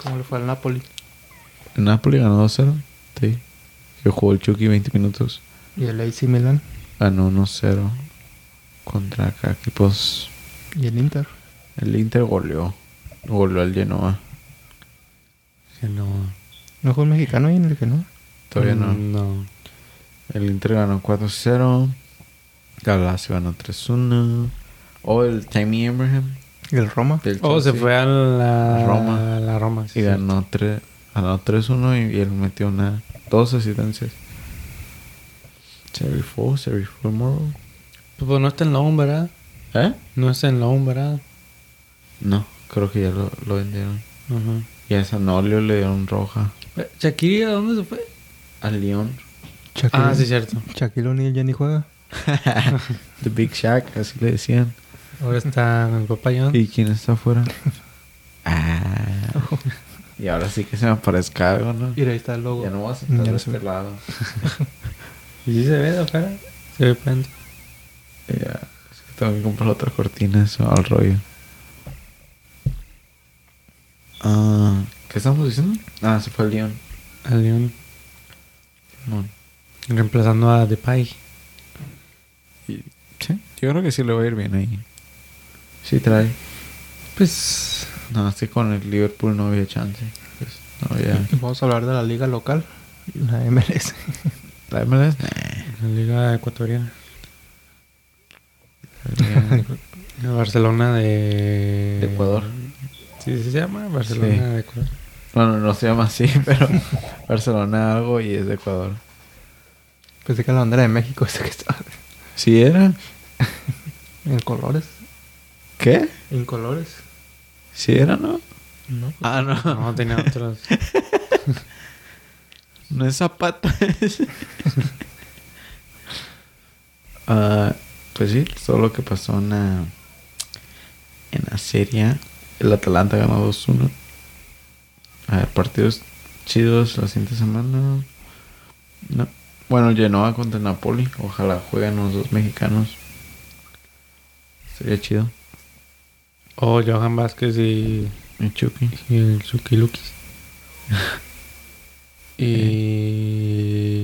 ¿Cómo le fue al Napoli? El Napoli ganó 2-0. Sí. Que jugó el Chucky 20 minutos. Y el AC Milan. Ganó 1-0. Contra acá equipos. Y el Inter. El Inter goleó. Goleó al Genoa. Que no. ¿No fue un mexicano ahí en el que no? Todavía no. No. El Inter ganó 4-0. Galaxy ganó 3-1. O el Tammy Abraham. ¿Y el Roma? del Oh, se Chelsea, fue a la Roma. A la Roma, sí. Y ganó tre- ganó 3-1 y, y él metió una, dos asistencias. Se rifó, se rifó el morro. Pues, pues, no está en Loan, ¿verdad? ¿Eh? No está en Loan, ¿verdad? No, creo que ya lo, lo vendieron. Ajá. Y a Sanolio le dieron roja. Eh, ¿Shakiri a dónde se fue? Al León. Shaquille, Ah, sí, cierto. Shaquille O'Neal ya ni juega. The Big Shack, así le decían. Ahora está el papá John. ¿Y quién está afuera? Ah. Y ahora sí que se me aparezca algo, ¿no? Mira, ahí está el logo. Ya no voy a sentar Ya de no se este ve. lado. ¿Y si se ve de afuera? Se ve pronto. Ya. Es que tengo que comprar otra cortina, eso, al rollo. Ah, ¿Qué estamos diciendo? Ah, se fue al León. Al León. Simón. Reemplazando a Depay. Sí, yo creo que sí le va a ir bien ahí. Sí trae. Pues. No, es que con el Liverpool no había chance. Pues, no había... Y Vamos a hablar de la liga local, la MLS. La MLS, nah. La Liga Ecuatoriana. El Barcelona de. De Ecuador. Sí, sí se llama Barcelona Sí. de Ecuador. eh, Bueno, no se llama así, pero Barcelona algo y es de Ecuador. Pensé que la bandera de México esa que está ¿Sí era? en colores. ¿Qué? En colores. ¿Sí era, no? No. Ah, no. No, tenía otros. No es Zapata. Ah, pues sí, todo lo que pasó en la, en la serie. El Atalanta ganó 2-1. A ver, partidos chidos la siguiente semana. No. Bueno, Genoa contra Napoli. Ojalá jueguen los dos mexicanos. Sería chido. O Johan Vázquez y, El Chucky. y el Tsukilukis.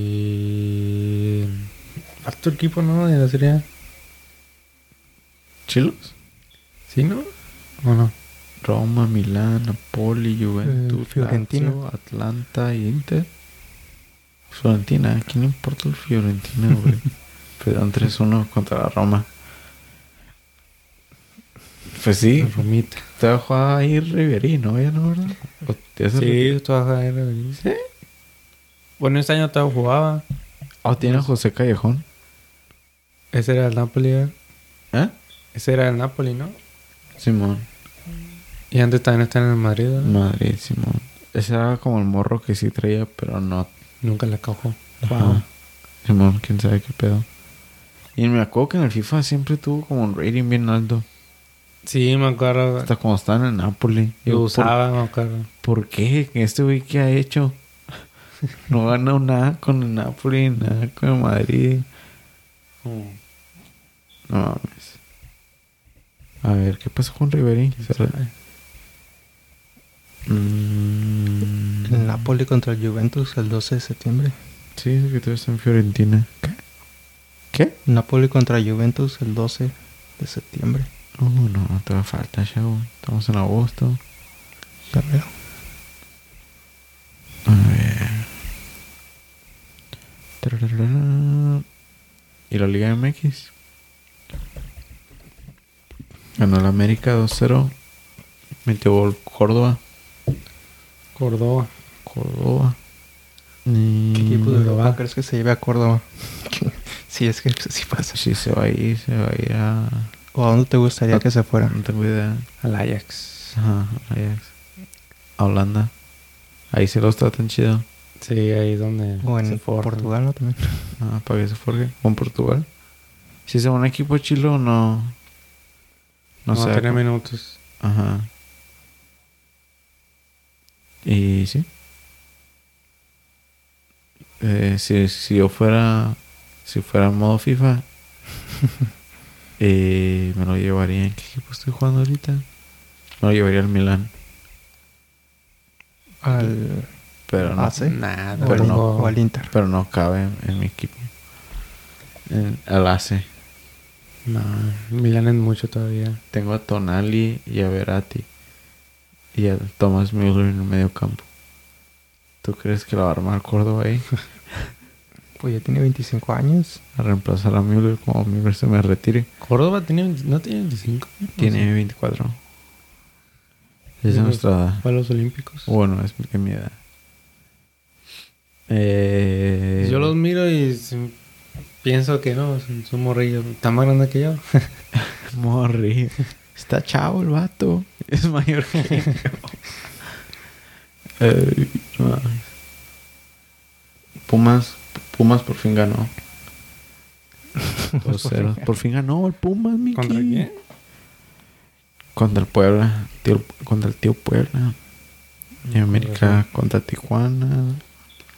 y. Harto equipo, ¿no? De la Serie A. ¿Chilos? ¿Sí, no? ¿O no? Roma, Milán, Napoli, Juventus, Eh, Fiorentina. Lazio, Atlanta y Inter. Fiorentina, ¿a quién le importa el Fiorentina, güey? Pues Perdón, 3-1 contra la Roma. Pues sí, La Romita. te jugaba ahí Riverí, ¿no? Ya no, ¿verdad? O- te hace- Sí, todas era ¿Sí? Bueno, este año todo jugaba. O tiene a José Callejón. Ese era el Napoli, ¿eh? ¿Eh? Ese era el Napoli, ¿no? Simón. Y antes también está en el Madrid, ¿no? Madrid, Simón. Ese era como el morro que sí traía, pero no Nunca la cajó. Ajá. Simón, quién sabe qué pedo. Y me acuerdo que en el FIFA siempre tuvo como un rating bien alto. Sí, me acuerdo. Hasta cuando estaba en el Napoli. Lo Digo, usaba, me acuerdo. ¿por, por qué? ¿Este güey qué ha hecho? No ha ganado nada con el Napoli, nada con el Madrid. No mames. A ver, ¿qué pasó con Ribery? Mm, El Napoli contra el Juventus el 12 de septiembre. sí, es que todavía está en Fiorentina. ¿Qué? ¿Qué? Napoli contra Juventus el 12 de septiembre. Oh, no, te va a falta ya, güey. Estamos en agosto. Ya veo. A ver. Tararara. ¿Y la Liga MX? Ganó la América 2-0. Metió gol Córdoba. Córdoba. Córdoba. ¿Qué equipo de Mm, Europa va. crees que se lleve a Córdoba? si es que sí pasa. Sí, se va a ir, se va a ir a... ¿O a dónde te gustaría Ah. que se fuera? No tengo idea. Al Ajax. Ajá, al Ajax. A Holanda. Ahí se los tratan chido. Sí, ahí es donde ¿O en se forma. Portugal ¿no? también? Ah, para que se forgue. ¿Con Portugal? Si se va un equipo chilo, no... No, No, sé. tiene minutos. Ajá. Y sí. Eh, si, si yo fuera. Si fuera en modo FIFA. eh, me lo llevaría. ¿En qué equipo estoy jugando ahorita? Me lo llevaría al Milán. Al, Pero no. Ah, ¿sí? Nada, o, pero al, no. o al Inter. Pero no cabe en, en mi equipo. En, al AC. No, Milán es mucho todavía. Tengo a Tonali y a Verati. Y a Thomas Müller en el medio campo. ¿Tú crees que la va a armar Córdoba ahí? Pues ya tiene 25 años. a reemplazar a Müller como Müller se me retire. Córdoba tiene, no tiene 25. Tiene 24. Esa es Ujú. nuestra edad. Para los Olímpicos. Bueno, es mi, que mi edad. Eh, Yo los miro y sí, pienso que no, son, son morrillos. Tan más grande que yo. Morri. Está chavo el vato. Es mayor que yo. Eh, no mames. Pumas. Pumas por fin ganó. 2-0. por fin ganó el Pumas, Miki. ¿Contra quién? Contra el Puebla, tío- contra el tío Puebla. Y América contra Tijuana.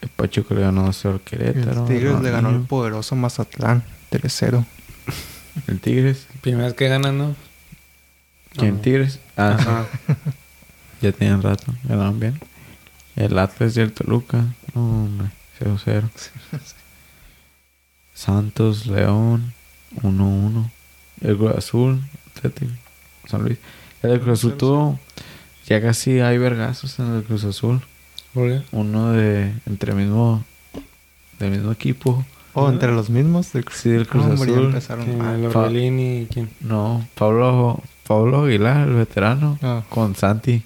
El Pachuca le ganó 2-0 al Querétaro. El Tigres le ganó al Ronaldinho. poderoso Mazatlán 3-0. El Tigres. Primera vez que ganan, ¿no? ¿Quién Ajá. Tigres? Ah, sí, Ajá. ya tenían rato. Ganaron bien. El Atlas y el Toluca. No, hombre, 0-0. Santos, León, 1-1. El Cruz Azul, Atlético, San Luis. El Cruz Azul tuvo. Ya casi hay vergazos en el Cruz Azul. ¿Por qué? Uno de. Entre mismo. Del mismo equipo. Oh, entre los mismos del Cruz Sí, del Cruz No, hombre, ya Azul. empezaron ¿Quién? mal. ¿El fa- Orbelín y Ah, quién? No, Pablo. Pablo Aguilar, el veterano. Ah. Con Santi.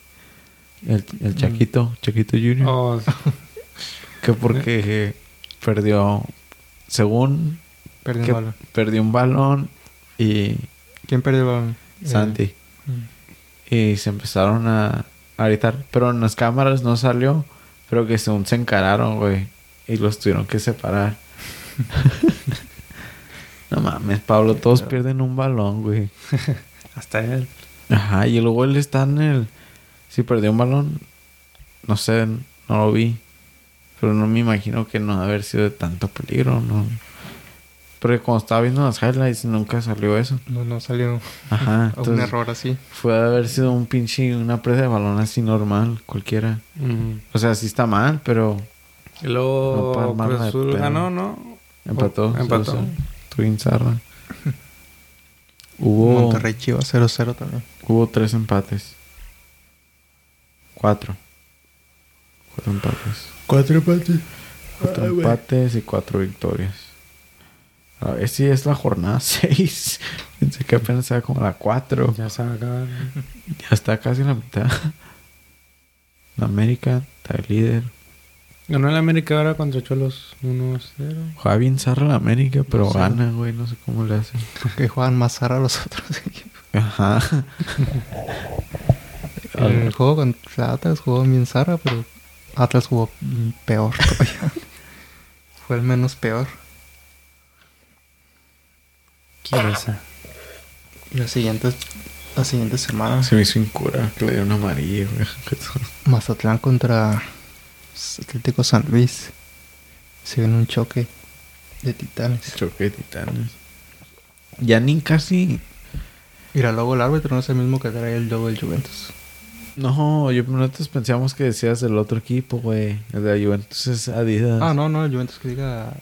El, el Chaquito. Chaquito Junior. Oh, sí. Que porque eh, perdió. Según. Perdió que el balón. perdió un balón. Y. ¿Quién perdió el balón? Eh, Santi. Y se empezaron a, a gritar. Pero en las cámaras no salió. Pero que según se encararon, güey. Y los tuvieron que separar. no mames, Pablo. Todos pierden un balón, güey. hasta él. Ajá. Y luego él está en el... Si perdió un balón. No sé, no lo vi. Pero no me imagino que no haber sido de tanto peligro, ¿no? Porque cuando estaba viendo las highlights nunca salió eso. no, no salió Ajá. un entonces- error así. fue de haber sido un pinche, una presa de balón así normal, cualquiera. Mm. O sea, sí está mal, pero Y luego No, Parma, Cruz de Azul pedo. ganó, ¿no? empató. Oh, empató. 0-0. Twin Zarra. Hubo, Monterrey Chivas 0-0 también. hubo tres empates. Cuatro. Cuatro empates. Cuatro empates. Cuatro empates y cuatro victorias. A ver si es la jornada seis. Pensé que apenas era como la cuatro. Ya se va a acabar. Ya está casi la mitad. La América está el líder. Ganó el América ahora contra Cholos 1-0. Juega bien zarra la América, pero No sé. gana, güey. No sé cómo le hacen. Que juegan más raro los otros equipos. Ajá. A En ver, el juego contra Atlas jugó bien Zara, pero Atlas jugó mm, peor todavía. Fue el menos peor. ¿Quién es esa? La siguiente, la siguiente semana, se me hizo incura que le dieron amarillo, güey. Mazatlán contra Atlético San Luis. Se ven un choque de titanes. Choque de titanes. Ya ni casi. Mira, luego el árbitro no es el mismo que trae el logo del Juventus. No, yo nosotros pensábamos que decías del otro equipo, güey. El de la Juventus es Adidas. Ah, no, no, el Juventus que diga.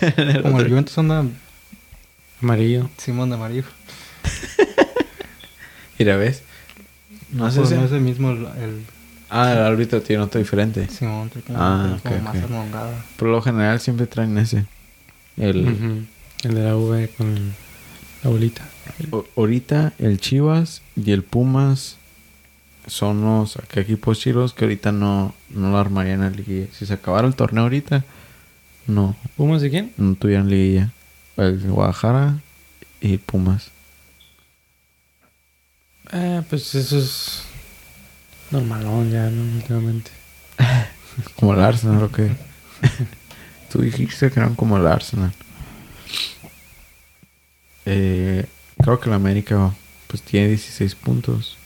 El Como el otro- Juventus anda Amarillo. Simón de Amarillo. Mira, ¿ves? No No, es ese. Pues no es el mismo el, el Ah, el árbitro tiene otro diferente. Simón, trae como, Ah, como ok, más ok. almongada. Por lo general siempre traen ese. El, Ujú. El de la V con el- la bolita. O- ahorita el Chivas y el Pumas son los acá equipos chilos que ahorita no, no la armarían en la liguilla. Si se acabara el torneo ahorita, no, ¿Pumas de quién? no tuvieran liguilla. El Guadalajara y Pumas. Eh, pues eso es normalón ya, ¿no? Últimamente. Como el Arsenal, ¿o qué? Tú dijiste que eran como el Arsenal. Eh, creo que el América pues tiene 16 puntos.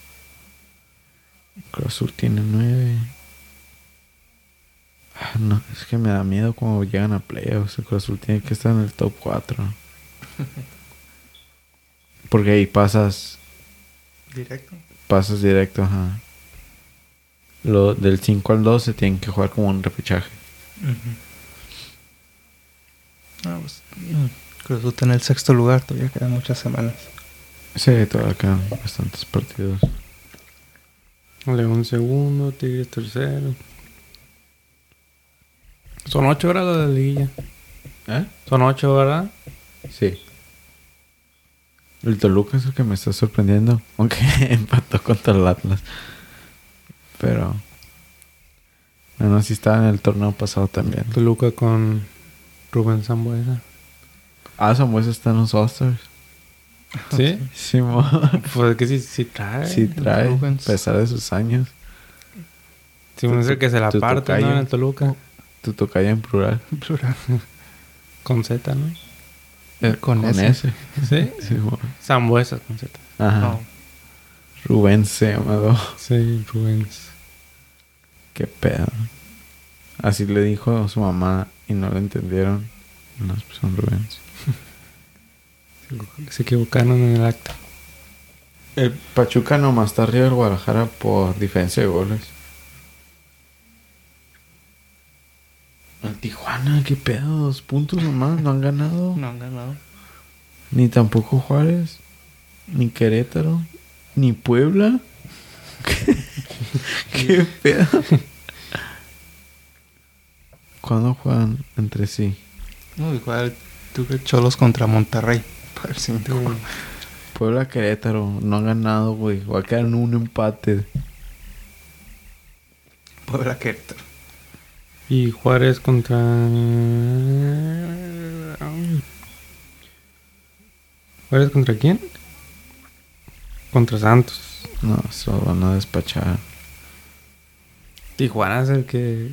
Cruz Azul tiene 9. Ah, no, es que me da miedo cuando llegan a playoffs. El Cruz Azul tiene que estar en el top 4. Porque ahí pasas Directo. Pasas directo, ajá. Lo, del 5 al 12 tienen que jugar como un repechaje. Ah, pues. mm, Cruz Azul está en el sexto lugar, todavía quedan muchas semanas. Sí, todavía quedan bastantes partidos. León segundo, Tigres tercero. Son ocho horas la liguilla. ¿Eh? Son ocho, ¿verdad? Sí. El Toluca es el que me está sorprendiendo. Aunque empató contra el Atlas. Pero. Bueno, así estaba en el torneo pasado también. Toluca con Rubén Zambuesa. Ah, Samuel está en los All-Stars. ¿Sí? Sí, mo. Pues es que sí, sí trae. Sí, Sí, trae. A Rubens. pesar de sus años. uno es el que se la Tu parte, tocayo. ¿no? En el Toluca. Tu tocaya en plural. Plural. Con Z, ¿no? Eh, Con ese. Sí. Sí, mo. Zambuesa con Z. Ajá. No. Rubén se llamado. Sí, Rubén. Qué pedo. Así le dijo a su mamá y no lo entendieron. No, pues son Rubens. Se equivocaron en el acta. El Eh, Pachuca nomás está arriba del Guadalajara por diferencia de goles. El Tijuana, qué pedo, dos puntos nomás, no han ganado. No han ganado. Ni tampoco Juárez, ni Querétaro, ni Puebla. qué pedo. ¿Cuándo juegan entre sí? No, igual tuve Cholos contra Monterrey. Para el siguiente juego. Puebla Querétaro, no han ganado, güey. Va a quedar en un empate. Puebla Querétaro. Y Juárez contra. Ay. ¿Juárez contra quién? Contra Santos. No, se lo van a despachar. Tijuana es el que.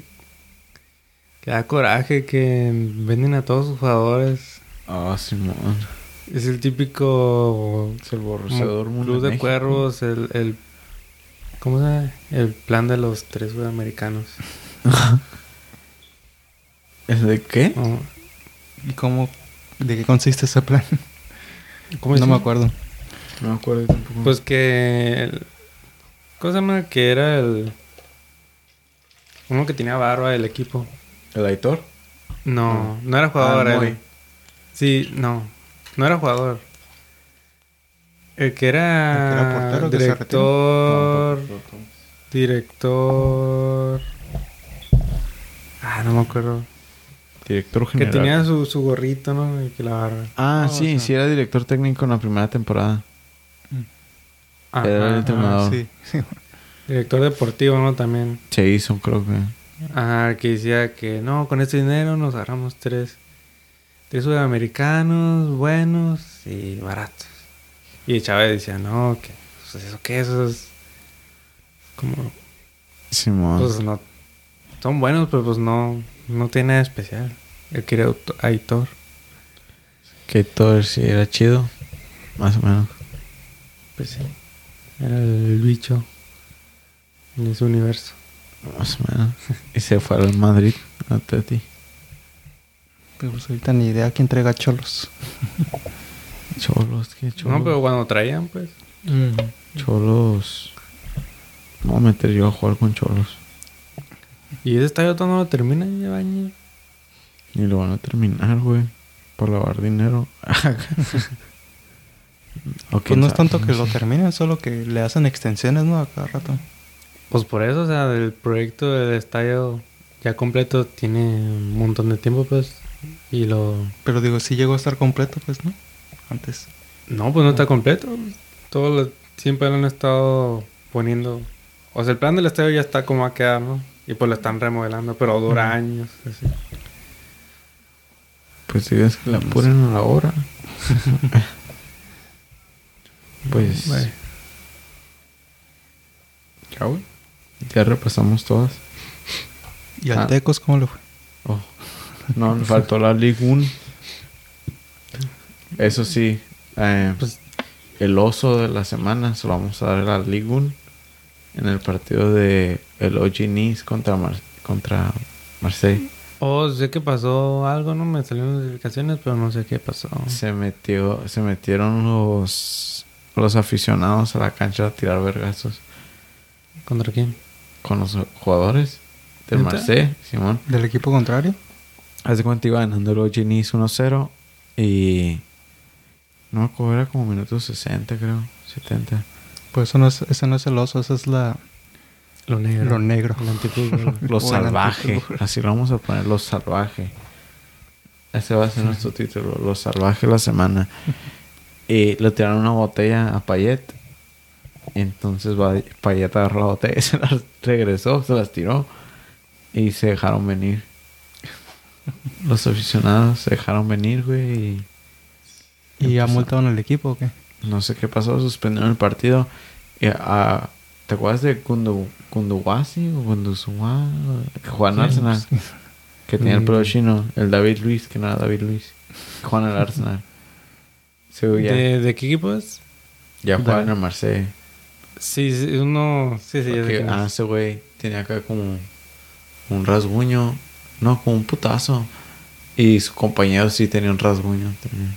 Que da coraje, que venden a todos sus jugadores. Ah, Simón. Es el típico. Es el borruceador Club de cuervos, el, el. ¿Cómo se llama? El plan de los tres sudamericanos. ¿El de qué? Oh, ¿Y cómo? ¿De qué consiste ese plan? Pues ¿Cómo no es? me acuerdo. No me acuerdo tampoco. Pues que. el- ¿Cómo se llama? Que era el. Uno que tenía barba del equipo. ¿El Aitor? No, no era jugador. Ah, él. Moy. Sí, no. No era jugador. El que El que era era. portero que se retiró. director. director. Ah, no me acuerdo. Director Que general. tenía su, su gorrito, ¿no? Y que la barba. Ah, No, sí, o sea- sí era director técnico en la primera temporada. Ah, Era el ah, entrenador. No. Sí, sí. director deportivo, ¿no? También. Jason, creo que. Ajá, Ah, que decía que no, con este dinero nos agarramos tres, tres sudamericanos buenos y baratos. Y Chávez decía, no, que pues, eso que eso es como, Simón. pues no, son buenos, pero pues no, no tiene nada especial. Él quería aut- Aitor. que Aitor sí era chido. Más o menos. Pues sí, era el bicho en ese universo. Más o menos. y se fue al Madrid, a Teti. Pero pues ahorita ni idea quién entrega Cholos. Cholos, qué cholos. No, pero cuando traían, pues, Mm. Cholos. Me voy a meter yo a jugar con Cholos. y ese estadio todo no lo termina, ya va años. Y lo van a terminar, güey. Por lavar dinero. O Pues quién no es sabe, tanto que lo sé. terminen, solo que le hacen extensiones, ¿no? A cada rato. Pues por eso, o sea, el proyecto del estadio ya completo tiene un montón de tiempo, pues. Y lo. Pero digo, si llegó a estar completo, pues, ¿no? Antes. No, pues no está completo. Todo lo- siempre lo han estado poniendo. O sea, el plan del estadio ya está como va a quedar, ¿no? Y pues lo están remodelando, pero dura años. así. Pues si ves que la ponen a la hora. pues. Bueno. Ya, güey. Ya repasamos todas. ¿Y al Ah. Tecos cómo le fue? Oh. No, me faltó la League 1. Eso sí. eh, Pues- el oso de la semana se lo vamos a dar a la League 1. En el partido de el OG Nice contra, Mar- contra Marseille. Oh, sé que pasó algo, ¿no? Me salieron notificaciones, pero no sé qué pasó. Se metió, se metieron los los aficionados a la cancha a tirar vergazos ¿Contra quién? con los jugadores del ¿Neta? Marseille, Simón. ¿Del equipo contrario? Hace cuánto iba ganando el OG Nice 1-0 y no me acuerdo, era como minutos 60, creo, 70. Pues eso no es, ese no es el oso, ese es la, Lo negro. lo negro. El antifútbol. Lo O el salvaje, antifútbol. así lo vamos a poner, lo salvaje. Ese va a ser nuestro título, lo salvaje de la semana. Y le tiraron una botella a Payet. Entonces va- Payet agarró la botella y se la regresó, se las tiró. Y se dejaron venir. Los aficionados se dejaron venir, güey. Y ¿Y ha Empezó. multado en el equipo o qué? no sé qué pasó, suspendieron el partido. Y, ah, ¿Te acuerdas de Kundu, Kunduwasi o Kunduzuwa? Juan Arsenal, que tenía el pelo Mm. chino. El David Luis, que no era David Luis. Juan el Arsenal. Sí, güey, ya, ¿De, ¿De qué equipo es? ya jugaba en de- el Marseille. Sí, sí, uno. Sí, sí, ya sé Porque, quién es. ah, ese güey tenía acá como un rasguño. No, como un putazo. Y su compañero sí tenía un rasguño también.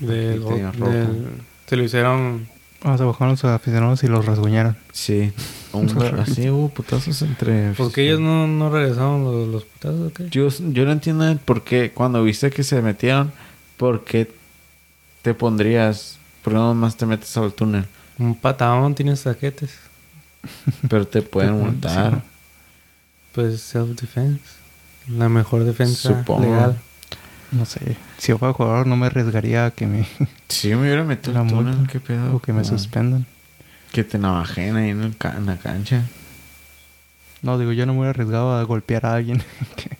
Del, Aquí tenía del- rojo. se lo hicieron. Ah, se bajaron los aficionados y los rasguñaron. Sí, Hombre, así hubo putazos entre. Porque ellos no, no regresaron los, los putazos, ¿o qué? Yo, yo no entiendo el por qué, cuando viste que se metieron, ¿por qué te pondrías? ¿Por qué nomás te metes al túnel? Un patadón tiene saquetes. Pero te pueden pueden, montar. Pues self-defense. La mejor defensa Supongo. legal. No sé. Si yo fuera jugador, no me arriesgaría a que me, Si yo me hubiera metido La al túnel, multa. ¿qué pedo? o que me Ah, suspendan. Que te navajen ahí en, el ca- en la cancha. No, digo, yo no me hubiera arriesgado a golpear a alguien. que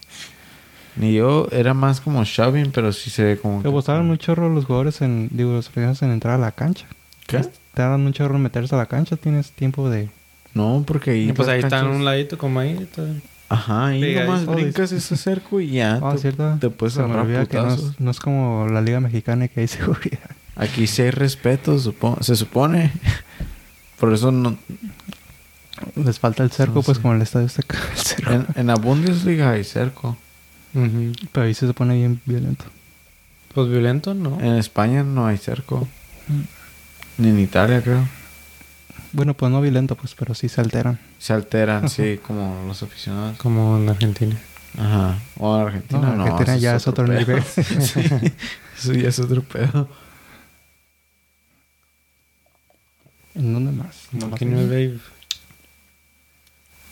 Ni yo, era más como shoving, pero sí se ve como. que apostaron un chorro los jugadores en, digo, los aficionados en entrar a la cancha. ¿Qué? Te dan un chorro en meterse a la cancha, tienes tiempo de... No, porque ahí. Y pues las ahí está en canchas- un ladito como ahí. todo. Ajá, ahí Pegadizo. nomás brincas ese cerco y ya. Oh, Ah, te, ¿cierto? te puedes Se me agarrar olvida que no putazos. es, no es como la Liga Mexicana que hay seguridad. Aquí sí hay respeto, supo- se supone. Por eso no, Les falta el cerco, No pues sé. como el estadio está acá, el cerco. en, en la Bundesliga hay cerco. Ujú. Pero ahí sí se pone bien violento. Pues violento, ¿no? En España no hay cerco. Ni en Italia, creo. Bueno, pues no violento, pues, pero sí se alteran. Se alteran, sí, como los aficionados. Como en Argentina. Ajá. O en Argentina no. No, Argentina eso ya es otro pedo. nivel. sí, eso ya es otro pedo. ¿En dónde más? Como más que no es babe.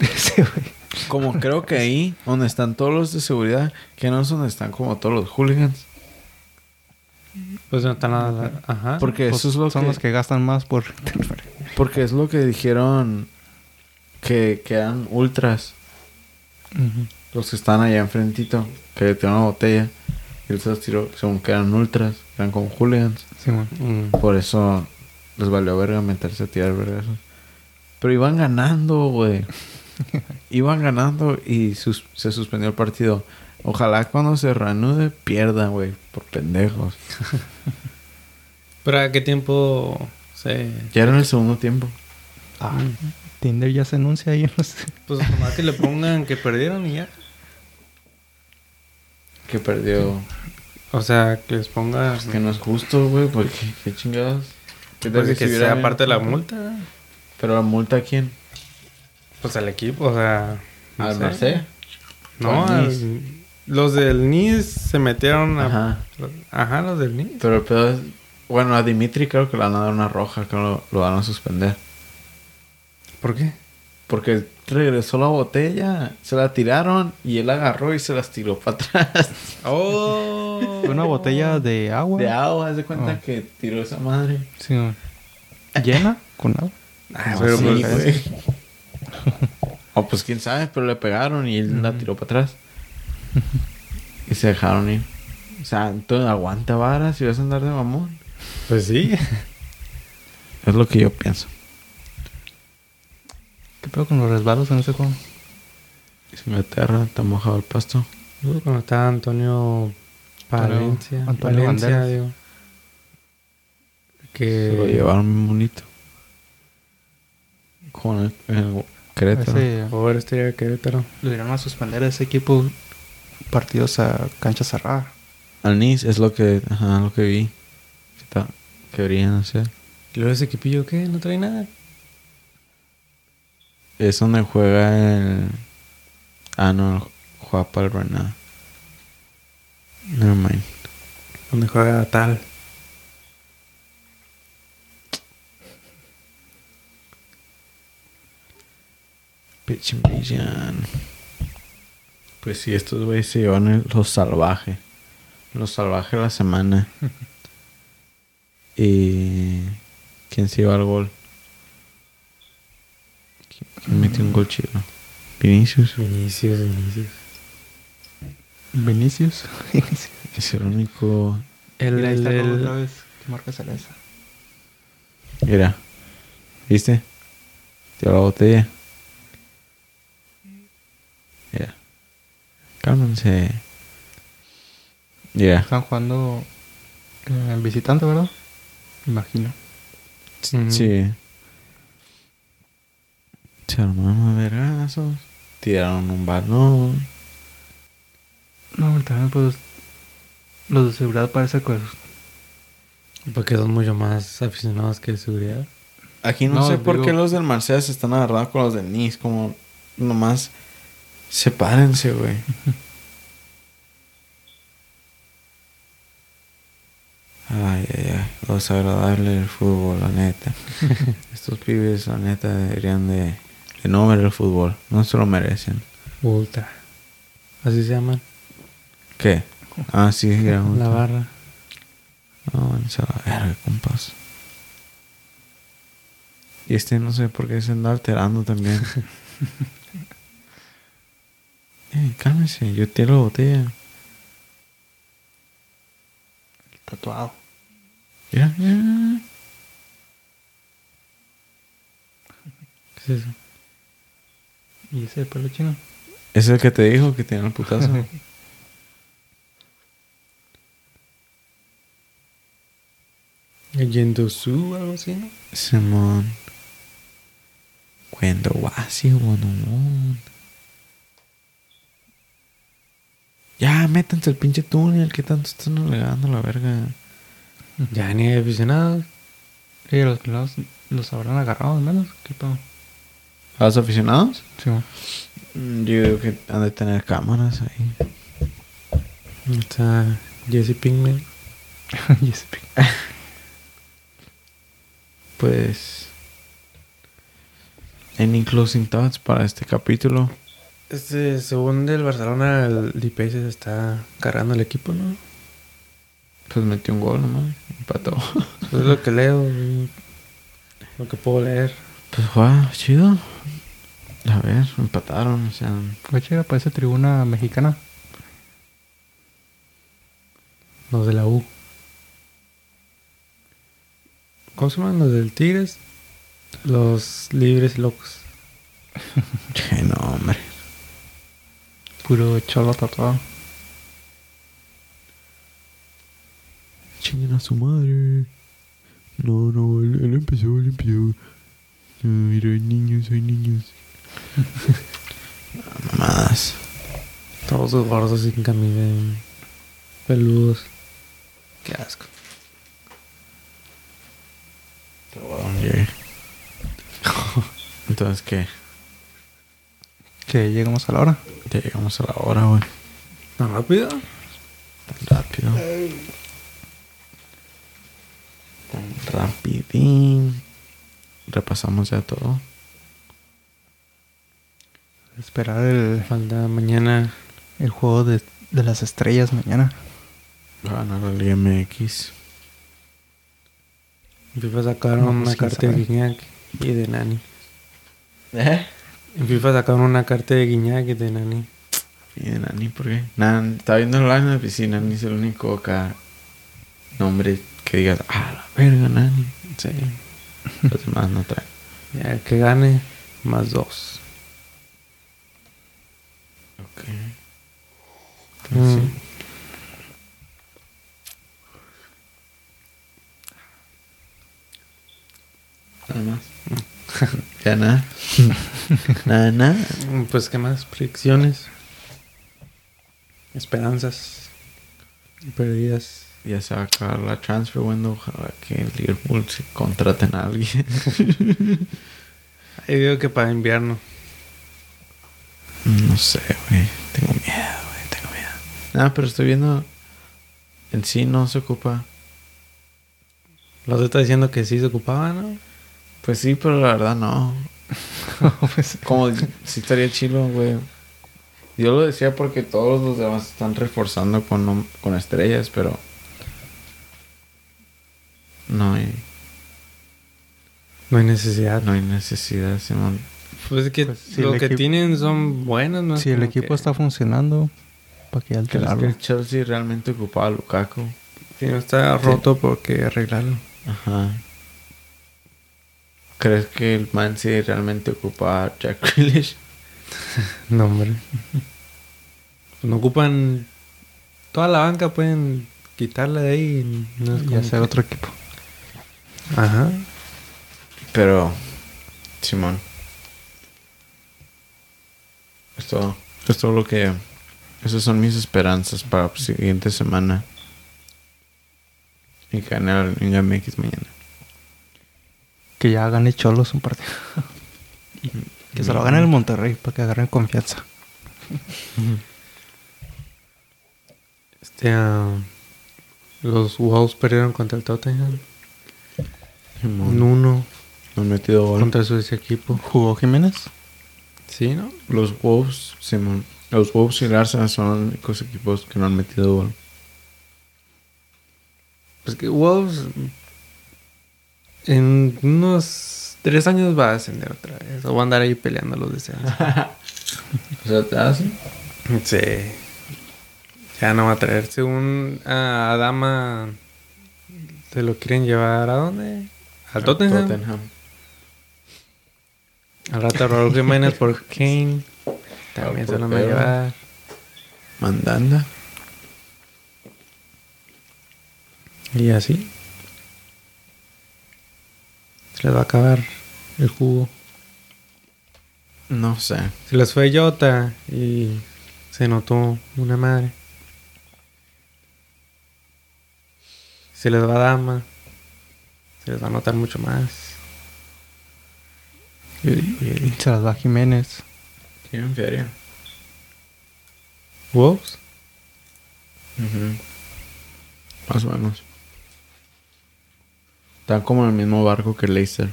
Sí, güey. Como creo que ahí, donde están todos los de seguridad, que no es donde están como todos los hooligans. Pues no está nada. la- Ajá. Porque Pues eso es lo son que... los que gastan más por... Porque es lo que dijeron que, que eran ultras. Ujú. Los que están allá enfrentito, que tenían una botella. Y él se los tiró, según que eran ultras, que eran como hooligans. Sí, güey. Mm. Por eso les valió verga meterse a tirar vergazos. Pero iban ganando, güey. iban ganando y sus- se suspendió el partido. Ojalá cuando se reanude pierdan, güey, por pendejos. Pero a qué tiempo se. mm, Ya era en el segundo tiempo. Ah, Tinder ya se anuncia ahí en los... Pues nomás que le pongan que perdieron y ya. Que perdió. O sea, que les ponga. Es que no es justo, güey, porque qué chingados. ¿Qué tal pues, si que hubiera sea bien? parte de la multa. Pero la multa a quién? Pues al equipo, o sea. no ¿Al sé. Marseille? No, Al al- Nice. los del NIS se metieron a. Ajá, Ajá. Ajá los del NIS. Pero el pedo es. Bueno, a Dimitri creo que le van a dar una roja, que lo, lo van a suspender. ¿Por qué? Porque regresó la botella, se la tiraron y él agarró y se las tiró para atrás. ¡Oh! Una botella de agua. De agua, haz de cuenta Ah. que tiró esa madre. Sí, güey. ¿Llena? Con agua. Ah, No, pero sí, pues, güey. O pues quién sabe, pero le pegaron y él la tiró para atrás. y se dejaron ir. O sea, entonces aguanta vara si vas a andar de mamón. pues sí. Es lo que yo pienso. ¿Qué pedo con los resbalos en ese juego? Es Inglaterra, está mojado el pasto. Cuando estaba Antonio Valencia. Antonio Valencia, Banderas. digo. Se lo Que. llevaron muy bonito. Con el, el Querétaro. Ese- Pobre estrella de Querétaro. Lo irán a suspender a ese equipo partidos a cancha cerrada. Al Nice es lo que, ajá, lo que vi. Que, ta- que deberían hacer. ¿Y luego ese equipillo qué? ¿No trae nada? Es donde juega el. Ah, no, juega para el Bernard. Nevermind. Donde juega tal. Pitch and Vision. Pues sí, estos güeyes se llevan el- los salvajes. Los salvajes de la semana. y. ¿Quién se lleva el gol? ¿Quién- ¿Quién metió un gol chido? Vinicius. Inicios, inicios. Vinicius. Es el único. El, Mira, ahí el, está el gol el- otra vez. ¿Qué marca será esa? Mira. ¿Viste? Tiró la botella. Mira. Cálmense. Mira. Están jugando eh, en visitante, ¿verdad? Imagino. Ujú. Sí. Se armaron a vergazos. Tiraron un balón. No, pero también pues los de seguridad parece pues, que Porque son mucho más aficionados que de seguridad. Aquí no, No, sé por digo- qué los del Marsella se están agarrando con los del Nice. Como, nomás, sepárense, güey. Ay, ay, ay. Lo desagradable del fútbol, la neta. Estos pibes, la neta, deberían de, de no ver el fútbol. No se lo merecen. Ultra. Así se llaman. ¿Qué? Ah, sí, era un- La barra. No, váyanse a la verga, compas. Y este no sé por qué se anda alterando también. eh, cálmese, yo tiro la botella. Tatuado. Mira, mira, mira. ¿Qué es eso? ¿Y ese pelo chino? Es el que te dijo que tenía el putazo. Yendo su algo así, ¿no? Simón. Cuando guasi, guanumón. Ya, métanse al pinche túnel que tanto están alegando la verga. Ya ni hay aficionados. Y los pelados los habrán agarrado al menos. ¿Qué pedo? ¿A los aficionados? Sí, mo. Mm, Yo digo que han de tener cámaras ahí. Está Jesse Pinkman. Jesse Pinkman. Pues. En Closing Thoughts para este capítulo. Este, según del Barcelona, el DPS se está cargando el equipo, ¿no? Pues metió un gol nomás. Empató. Eso es lo que leo, güey. lo que puedo leer. Pues jugaba chido. A ver, empataron. O sea, ¿Va a llegar para esa tribuna mexicana? Los de la U. ¿Cómo se llaman los del Tigres? Los libres y locos. che, no, hombre. Puro cholo tatuado. Chinguen a su madre. No, no, él, él empezó, él empezó. No, mira, hay niños, hay niños. No, Mamadas. Todos los gordos sin camisa. güey. Peludos. Qué asco. Entonces, ¿qué? Que llegamos a la hora. Ya llegamos a la hora, güey. ¿Tan rápido? Tan rápido. Tan rapidín. Repasamos ya todo. Esperar el, Falta mañana. el juego de, de las estrellas mañana. Va a ganar la Liga MX. En FIFA sacaron No, una pues, quién carta de sabe. Guiñac y de Nani. ¿Eh? En FIFA sacaron una carta de Guiñac y de Nani. Y de Nani, ¿por qué? Nan, estaba viendo la en la piscina. Nani es el único acá. Nombre que digas, ah, la verga, Nani. Sí. Los demás no traen. Ya el que gane, más dos. Ok. Mm. Entonces, Nada más. ya nada. nada, nada. Mm, Pues, ¿qué más? Predicciones. Esperanzas. Perdidas. Ya se va a acabar la transfer window. Ojalá que el Liverpool se contraten a alguien. Ahí digo que para invierno. Mm, No sé, güey. Tengo miedo, güey. Tengo miedo. Nada, pero estoy viendo. En sí no se ocupa. Los está diciendo que sí se ocupaban, ¿no? Pues sí, pero la verdad no. Pues, Como si estaría chido, güey. Yo lo decía porque todos los demás están reforzando con, nom- con estrellas, pero. No hay, No hay necesidad. no hay necesidad, Simón. Pues es que Pues, si lo el que equipo- tienen son buenas, ¿no? Es si el como equipo que- está funcionando, ¿para qué ¿Crees que alterarlo? el Chelsea realmente ocupaba a Lukaku? Si no está roto, porque arreglarlo? Ajá. ¿Crees que el Man City realmente ocupaba a Jack Grealish? No, hombre. Pues no ocupan... Toda la banca pueden quitarla de ahí y, no es Y como hacer que- otro equipo. Ajá. Pero, Simón. Es todo. Es todo lo que. Esas son mis esperanzas para la siguiente semana. Y ganar el Liga MX mañana. que ya gane Cholos un partido. Y que se lo gane el Monterrey para que agarren confianza. Este, ah, los Wolves perdieron contra el Tottenham. Un No, uno no han metido gol. contra su ex equipo. ¿Jugó Jiménez? Sí, ¿no? Los Wolves, Simón. Los Wolves y el Arsenal son los únicos equipos que no han metido gol. Pues que Wolves en unos tres años va a ascender otra vez. O va a andar ahí peleando los deseos. O sea, ¿te hace? sí. Ya no va a traer. Según a Adama, ¿te lo quieren llevar a dónde? Al Tottenham. Al rato Raúl Jiménez por Kane. También se lo van a portero. llevar. Mandanda. Y así. Se les va a acabar el jugo. No sé. Se les fue Jota y se notó una madre. Se les va Dama. Se les va a notar mucho más. Yo digo, yo digo. Se las va Jiménez. Tienen feria. ¿Wolves? Más o menos. Están como en el mismo barco que Leicester.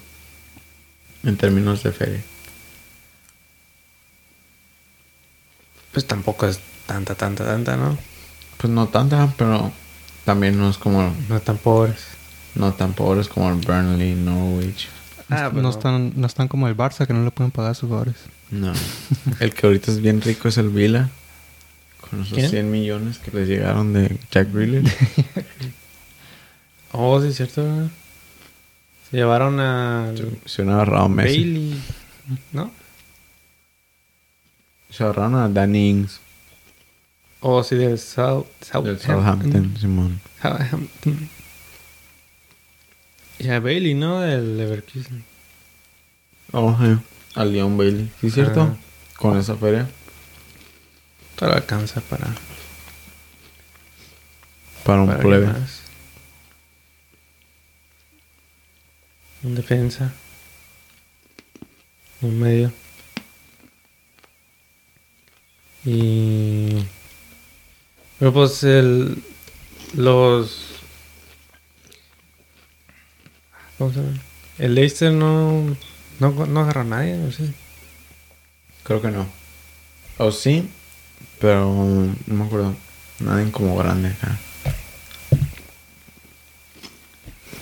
En términos de feria. Pues tampoco es tanta, tanta, tanta, ¿no? Pues no tanta, pero también no es como. No tan pobres. No tan pobres como el Burnley, Norwich. Ah, no, están, no están como el Barça que no le pueden pagar a sus jugadores. No. el que ahorita es bien rico es el Vila. Con esos ¿Quién? 100 millones que les llegaron de Jack Grealish. Oh, sí, cierto. ¿verdad? Se llevaron a Se han agarrado a Messi. Bailey, ¿no? Se agarraron a Danny Ings. Oh, sí, del South, Del Southampton. Southampton, Simón. Southampton. Y a Bailey, ¿no? Del Leverkusen. Oh, sí. Al Leon Bailey. ¿Sí es cierto? Ah. Con esa feria. Todo lo alcanza para, Para un para plebe. alguien más. Un defensa. Un medio. Y... Pero pues el... Los... ¿Cómo se llama? El Leicester no... No, no agarra a nadie, ¿o sí? Creo que no. O sí, pero no me acuerdo. Nadie como grande acá.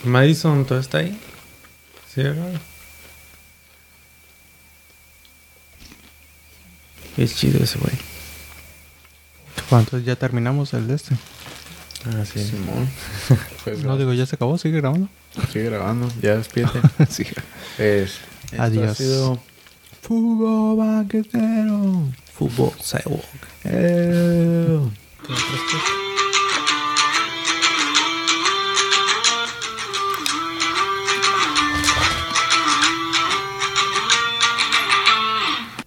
Madison, ¿todo está ahí? Sí, ¿verdad? Es chido ese güey. Bueno, entonces ya terminamos el de este. Ah, sí. Simón. Pues, No digo, ya se acabó, sigue grabando. Sigue grabando. Ya despídete. sí. Pues, esto Adiós. ha sido Fútbol Banquetero. Fútbol, sidewalk. Eh. ¿Te lo prestas?